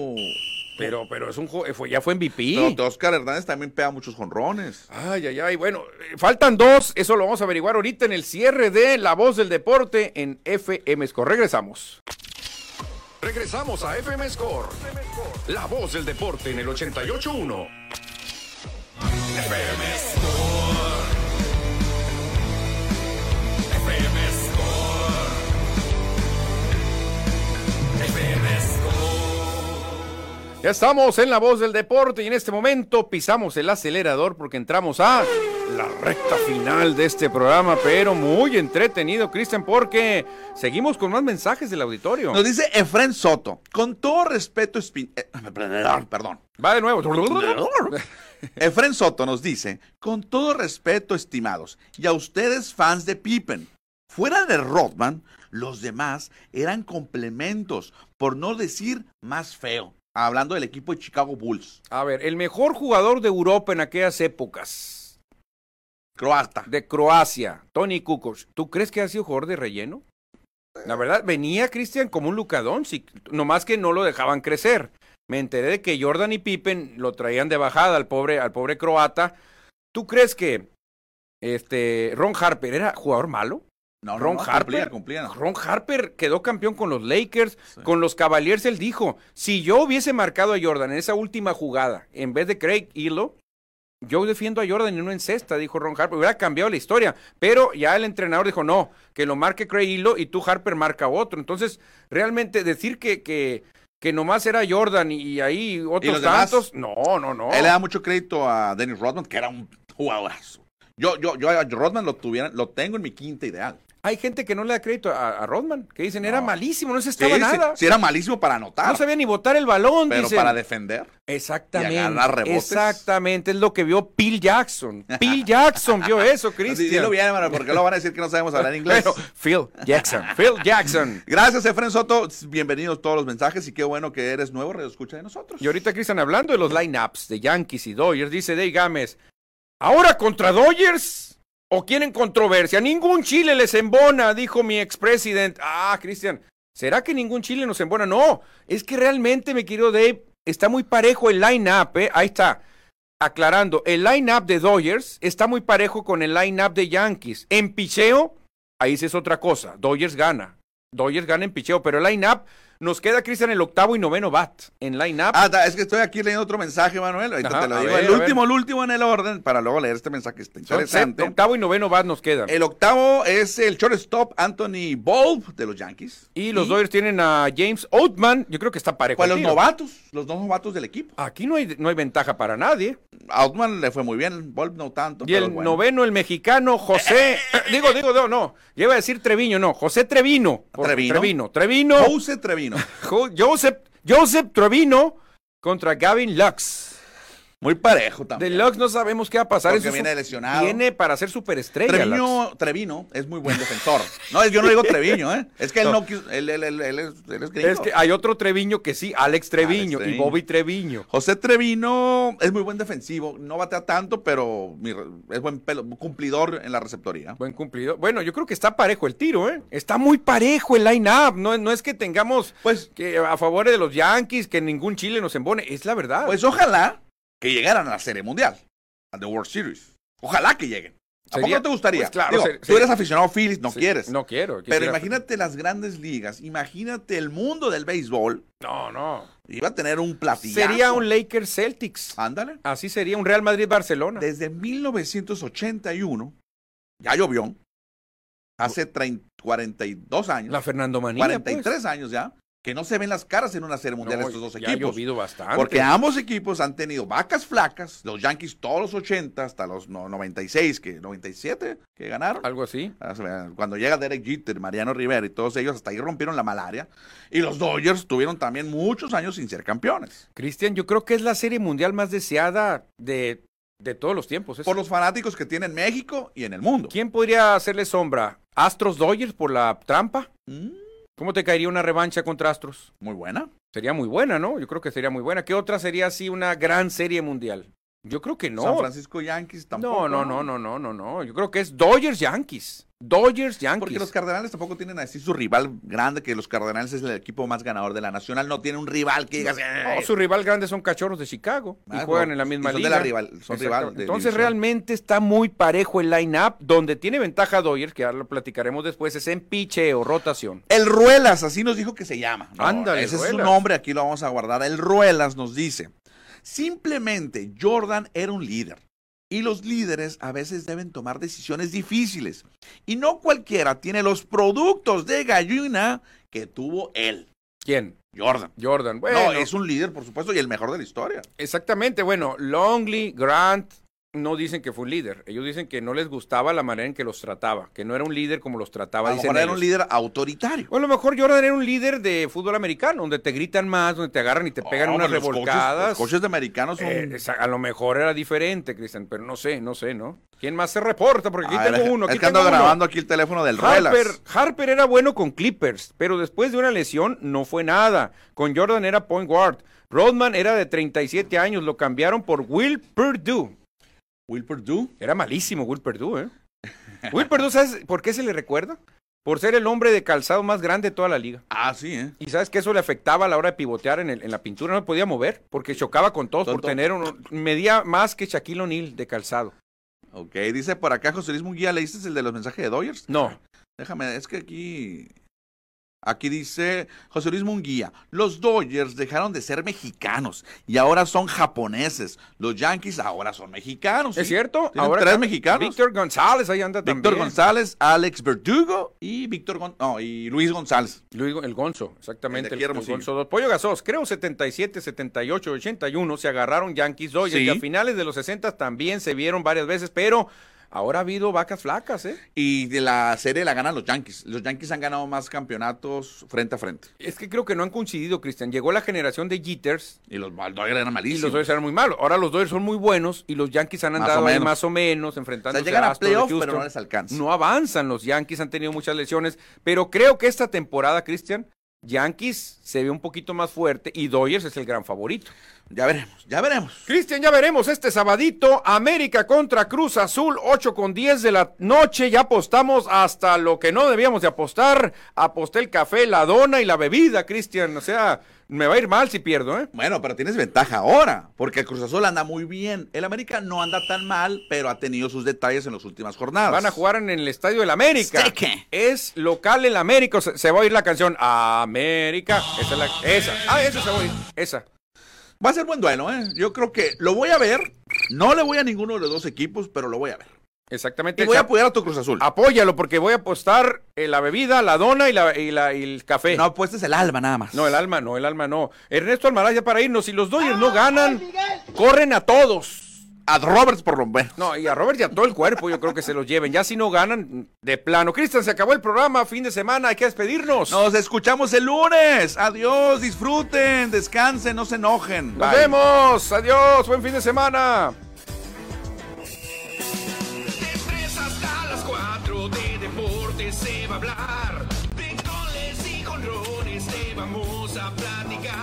Speaker 2: Pero, pero es un jo- eh, fue- ya fue MVP.
Speaker 3: Pero de Oscar Hernández también pega muchos jonrones.
Speaker 2: Ay, ay, ay. Bueno, eh, faltan dos. Eso lo vamos a averiguar ahorita en el cierre de La Voz del Deporte en FM Score. Regresamos.
Speaker 1: Regresamos a FM Score. La voz del deporte en el 88.1. FM Score. FM Score. FM Score.
Speaker 2: Ya estamos en La Voz del Deporte y en este momento pisamos el acelerador porque entramos a la recta final de este programa, pero muy entretenido, Cristian, porque seguimos con más mensajes del auditorio.
Speaker 3: Nos dice Efren Soto, con todo respeto, Espin- eh, perdón.
Speaker 2: Va de nuevo.
Speaker 3: Efren Soto nos dice, con todo respeto, estimados, y a ustedes fans de Pippen, fuera de Rodman, los demás eran complementos, por no decir más feo. Hablando del equipo de Chicago Bulls,
Speaker 2: A ver, el mejor jugador de Europa en aquellas épocas,
Speaker 3: croata.
Speaker 2: de Croacia, Tony Kukoc, ¿tú crees que ha sido jugador de relleno? La verdad, venía Cristian como un lucadón, nomás que no lo dejaban crecer. Me enteré de que Jordan y Pippen lo traían de bajada al pobre, al pobre croata. ¿Tú crees que este Ron Harper era jugador malo?
Speaker 3: No,
Speaker 2: Ron
Speaker 3: cumplía,
Speaker 2: Harper.
Speaker 3: cumplía.
Speaker 2: Ron Harper quedó campeón con los Lakers, con los Cavaliers. Él dijo: si yo hubiese marcado a Jordan en esa última jugada, en vez de Craig Hilo, yo defiendo a Jordan en una encesta, dijo Ron Harper. Hubiera cambiado la historia. Pero ya el entrenador dijo: no, que lo marque Craig Hilo y tú, Harper, marca otro. Entonces, realmente decir que, que, que nomás era Jordan y ahí otros
Speaker 3: los demás?
Speaker 2: tantos, no, no, no.
Speaker 3: Él le da mucho crédito a Dennis Rodman, que era un jugadorazo. Yo, yo, yo a Rodman lo, tuviera, lo tengo en mi quinta ideal.
Speaker 2: Hay gente que no le da crédito a, a Rodman, que dicen: era
Speaker 3: No.
Speaker 2: malísimo, no se
Speaker 3: Sí,
Speaker 2: estaba
Speaker 3: sí,
Speaker 2: nada.
Speaker 3: sí, era malísimo para anotar,
Speaker 2: No sabía ni botar el balón,
Speaker 3: pero
Speaker 2: dicen.
Speaker 3: para defender.
Speaker 2: Exactamente.
Speaker 3: Y agarrar rebotes.
Speaker 2: Exactamente, es lo que vio Phil Jackson. Phil Jackson vio eso,
Speaker 3: Sí,
Speaker 2: Cristian. Pues.
Speaker 3: dilo bien, hermano, porque lo van a decir que no sabemos hablar inglés.
Speaker 2: Bueno, Phil Jackson. Phil Jackson.
Speaker 3: Gracias, Efren Soto. Bienvenidos todos los mensajes y qué bueno que eres nuevo, radio escucha de nosotros.
Speaker 2: Y ahorita, Cristian, hablando de los lineups de Yankees y Dodgers, dice Dave Gámez: ¿Ahora contra Dodgers? ¿O quieren controversia? Ningún Chile les embona, dijo mi expresident. Ah, Cristian, ¿será que ningún Chile nos embona? No, es que realmente, mi querido Dave, está muy parejo el line-up, ¿eh? Ahí está. Aclarando, el line-up de Dodgers está muy parejo con el line-up de Yankees. En picheo, ahí sí es otra cosa. Dodgers gana. Dodgers gana en picheo, pero el line-up nos queda, Cristian, el octavo y noveno bat en line-up.
Speaker 3: Ah, ta- es que estoy aquí leyendo otro mensaje, Manuel. Ahorita
Speaker 2: Ajá,
Speaker 3: te lo
Speaker 2: a
Speaker 3: digo.
Speaker 2: ver,
Speaker 3: el
Speaker 2: a ver.
Speaker 3: último, el último en el orden, para luego leer este mensaje que está
Speaker 2: Son
Speaker 3: interesante.
Speaker 2: set- octavo y noveno bat nos quedan.
Speaker 3: El octavo es el shortstop Anthony Volpe de los Yankees.
Speaker 2: y los Dodgers tienen a James Oatman. Yo creo que está parejo.
Speaker 3: Pues
Speaker 2: el
Speaker 3: los
Speaker 2: tiro.
Speaker 3: novatos, los dos novatos del equipo.
Speaker 2: Aquí no hay, no hay ventaja para nadie.
Speaker 3: A Outman le fue muy bien, Volpe no tanto.
Speaker 2: Y
Speaker 3: pero
Speaker 2: el
Speaker 3: bueno.
Speaker 2: noveno, el mexicano José. digo, digo, no, no. Lleva a decir Treviño, no. José Trevino. Por-
Speaker 3: Trevino.
Speaker 2: Trevino. Trevino.
Speaker 3: Jose Trevino.
Speaker 2: Jo- Joseph, Joseph Trevino contra Gavin Lux.
Speaker 3: Muy parejo
Speaker 2: De
Speaker 3: también.
Speaker 2: Lux no sabemos qué va a pasar.
Speaker 3: Porque
Speaker 2: Eso es
Speaker 3: viene
Speaker 2: un-
Speaker 3: lesionado.
Speaker 2: Viene para ser superestrella. Lux.
Speaker 3: Treviño, Trevino es muy buen defensor. No, es- yo no digo Treviño, ¿eh? Es que él no quiso. Él, él- él- él es, él es gringo.
Speaker 2: Es que hay otro Treviño que sí, Alex Treviño y
Speaker 3: Treviño.
Speaker 2: Bobby Treviño.
Speaker 3: José Trevino es muy buen defensivo. No batea tanto, pero mi re- es buen pelo- cumplidor en la receptoría.
Speaker 2: Buen cumplido. Bueno, yo creo que está parejo el tiro, ¿eh? Está muy parejo el line-up. No, no es que tengamos
Speaker 3: Pues,
Speaker 2: que a favor de los Yankees, que ningún Chile nos embone. Es la verdad.
Speaker 3: pues ojalá que llegaran a la Serie Mundial, a The World Series. Ojalá que lleguen. ¿A poco
Speaker 2: Sería-
Speaker 3: no te gustaría?
Speaker 2: pues claro,
Speaker 3: Digo,
Speaker 2: ser-
Speaker 3: tú
Speaker 2: ser-
Speaker 3: eres aficionado a Phillies, no
Speaker 2: Sí,
Speaker 3: quieres.
Speaker 2: No quiero.
Speaker 3: pero
Speaker 2: quisiera-
Speaker 3: imagínate las grandes ligas, imagínate el mundo del béisbol.
Speaker 2: No, no.
Speaker 3: Iba a tener un platillo.
Speaker 2: Sería un Lakers Celtics.
Speaker 3: Ándale.
Speaker 2: Así sería un Real Madrid Barcelona.
Speaker 3: Desde 1981, ya llovió, hace trein- 42 años,
Speaker 2: La pues. Fernando Manía.
Speaker 3: 43 años ya, que no se ven las caras en una serie mundial de estos dos
Speaker 2: Ha
Speaker 3: equipos.
Speaker 2: llovido bastante.
Speaker 3: Porque ambos equipos han tenido vacas flacas, los Yankees todos los 80 hasta los no- 96, que 97 que ganaron.
Speaker 2: algo así.
Speaker 3: Ah, se me- Cuando llega Derek Jeter, Mariano Rivera y todos ellos, hasta ahí rompieron la malaria. Y los Dodgers tuvieron también muchos años sin ser campeones.
Speaker 2: Cristian, yo creo que es la serie mundial más deseada de, de todos los tiempos. esa.
Speaker 3: Por los fanáticos que tienen México y en el mundo.
Speaker 2: ¿Quién podría hacerle sombra? ¿Astros Dodgers por la trampa?
Speaker 3: Mm,
Speaker 2: ¿Cómo te caería una revancha contra Astros?
Speaker 3: muy buena.
Speaker 2: Sería muy buena, ¿no? Yo creo que sería muy buena. ¿Qué otra sería así una gran serie mundial? Yo creo que no.
Speaker 3: San Francisco Yankees tampoco.
Speaker 2: no, no, no, no, no, no, no. Yo creo que es Dodgers Yankees. Dodgers
Speaker 3: Porque
Speaker 2: Yankees.
Speaker 3: los Cardenales tampoco tienen así su rival grande, que los Cardenales es el equipo más ganador de la Nacional. No tiene un rival que digas.
Speaker 2: No,
Speaker 3: "Eh".
Speaker 2: su rival grande son Cachorros de Chicago
Speaker 3: Ah,
Speaker 2: y juegan
Speaker 3: no,
Speaker 2: en la misma
Speaker 3: y son
Speaker 2: liga.
Speaker 3: de la rival- son
Speaker 2: Exacto.
Speaker 3: rival de
Speaker 2: Entonces
Speaker 3: división.
Speaker 2: realmente está muy parejo el line-up, donde tiene ventaja Dodgers, que ahora lo platicaremos después, es en piche o rotación.
Speaker 3: El Ruelas, así nos dijo que se llama. No,
Speaker 2: Ándale,
Speaker 3: ese es su
Speaker 2: Ruelas.
Speaker 3: nombre, aquí lo vamos a guardar. El Ruelas nos dice, simplemente Jordan era un líder. Y los líderes a veces deben tomar decisiones difíciles. Y no cualquiera tiene los productos de gallina que tuvo él,
Speaker 2: ¿Quién?
Speaker 3: Jordan.
Speaker 2: Jordan. Bueno,
Speaker 3: no, es un líder, por supuesto, y el mejor de la historia.
Speaker 2: exactamente. Bueno, Longley, Grant, no dicen que fue un líder. Ellos dicen que no les gustaba la manera en que los trataba, que no era un líder como los trataba.
Speaker 3: A lo
Speaker 2: dicen
Speaker 3: mejor era
Speaker 2: ellos.
Speaker 3: un líder autoritario.
Speaker 2: O a lo mejor Jordan era un líder de fútbol americano, donde te gritan más, donde te agarran y te pegan
Speaker 3: Oh,
Speaker 2: unas
Speaker 3: los coaches-
Speaker 2: revolcadas.
Speaker 3: Los coches de americanos son...
Speaker 2: Eh, esa- a lo mejor era diferente, Cristian, pero no sé, no sé, ¿no? ¿Quién más se reporta? Porque aquí
Speaker 3: Ah,
Speaker 2: tengo
Speaker 3: es-
Speaker 2: uno.
Speaker 3: es
Speaker 2: Aquí
Speaker 3: que ando
Speaker 2: tengo uno.
Speaker 3: grabando aquí el teléfono del Ruelas.
Speaker 2: Harper, Harper era bueno con Clippers, pero después de una lesión no fue nada. Con Jordan era point guard. Rodman era de 37 años, lo cambiaron por Will Perdue.
Speaker 3: Will Perdue.
Speaker 2: Era malísimo Will Perdue, ¿eh? Will Perdue, ¿sabes por qué se le recuerda? Por ser el hombre de calzado más grande de toda la liga.
Speaker 3: Ah, sí, ¿eh?
Speaker 2: Y sabes que eso le afectaba a la hora de pivotear en, el- en la pintura, no podía mover, porque chocaba con todos por
Speaker 3: Tonto.
Speaker 2: tener un, medía más que Shaquille O'Neal de calzado.
Speaker 3: Ok, dice por acá José Luis Munguía, ¿leíste el de los mensajes de Dodgers?
Speaker 2: No.
Speaker 3: Déjame, es que aquí... Aquí dice José Luis Munguía, los Dodgers dejaron de ser mexicanos y ahora son japoneses. Los Yankees ahora son mexicanos.
Speaker 2: ¿Es
Speaker 3: ¿sí?
Speaker 2: cierto?
Speaker 3: Tienen tres
Speaker 2: cam-
Speaker 3: mexicanos.
Speaker 2: Víctor González, ahí anda
Speaker 3: Víctor
Speaker 2: también.
Speaker 3: González, Alex Verdugo y Víctor Gon- no, y Luis González.
Speaker 2: Luis Gon- el Gonzo, exactamente.
Speaker 3: El
Speaker 2: El,
Speaker 3: de aquí,
Speaker 2: el
Speaker 3: Hermosillo.
Speaker 2: Gonzo. Pollo Gasos, creo 77, 78, 81 se agarraron Yankees Dodgers
Speaker 3: Sí.
Speaker 2: y a finales de los 60 también se vieron varias veces, pero ahora ha habido vacas flacas, ¿eh?
Speaker 3: Y de la serie la ganan los Yankees. Los Yankees han ganado más campeonatos frente a frente.
Speaker 2: Es que creo que no han coincidido, Cristian. Llegó la generación de Jitters,
Speaker 3: Y los Dodgers eran
Speaker 2: Y
Speaker 3: malísimos.
Speaker 2: los Dodgers eran muy malos. Ahora los Dodgers son muy buenos y los Yankees han
Speaker 3: Más
Speaker 2: andado
Speaker 3: o
Speaker 2: ahí
Speaker 3: menos.
Speaker 2: más o menos
Speaker 3: o
Speaker 2: enfrentando.
Speaker 3: sea, llegan a playoffs, pero no les alcanza.
Speaker 2: No avanzan los Yankees, han tenido muchas lesiones, pero creo que esta temporada, Cristian, Yankees se ve un poquito más fuerte y Dodgers es el gran favorito.
Speaker 3: Ya veremos, ya veremos.
Speaker 2: Cristian, ya veremos este sabadito, América contra Cruz Azul, 8 con 10 de la noche, ya apostamos hasta lo que no debíamos de apostar, aposté el café, la dona y la bebida, Cristian, o sea, me va a ir mal si pierdo, ¿eh?
Speaker 3: Bueno, pero tienes ventaja ahora, porque el Cruz Azul anda muy bien. El América no anda tan mal, pero ha tenido sus detalles en las últimas jornadas.
Speaker 2: Van a jugar en el Estadio del América.
Speaker 3: Azteca.
Speaker 2: Es local el América. o sea, Se va a oír la canción América. Esa es la. Esa. Ah, esa se va a oír. Esa.
Speaker 3: Va a ser buen duelo, ¿eh? Yo creo que lo voy a ver. No le voy a ninguno de los dos equipos, pero lo voy a ver.
Speaker 2: Exactamente.
Speaker 3: Y voy a
Speaker 2: esa.
Speaker 3: apoyar a tu Cruz
Speaker 2: Ah,
Speaker 3: Azul.
Speaker 2: Apóyalo porque voy a apostar eh, la bebida, la dona y, la, y, la- y el café.
Speaker 3: No
Speaker 2: No.
Speaker 3: apuestes el alba nada más.
Speaker 2: el alma no, el alma no. Ernesto Almaraz, ya para irnos, si los Dodgers no ganan, corren a todos.
Speaker 3: A Roberts por lo menos.
Speaker 2: No, y a Robert y a todo el cuerpo yo creo que se los lleven. Ya si no ganan, de plano. Cristian, se acabó el programa, fin de semana, hay que despedirnos.
Speaker 3: Nos escuchamos el lunes. Adiós, disfruten, descansen, no se enojen.
Speaker 2: Nos
Speaker 3: Bye.
Speaker 2: vemos, adiós, buen fin de semana.
Speaker 1: De 3 hasta las 4 de deportes se va a hablar. De goles y jonrones te vamos a platicar.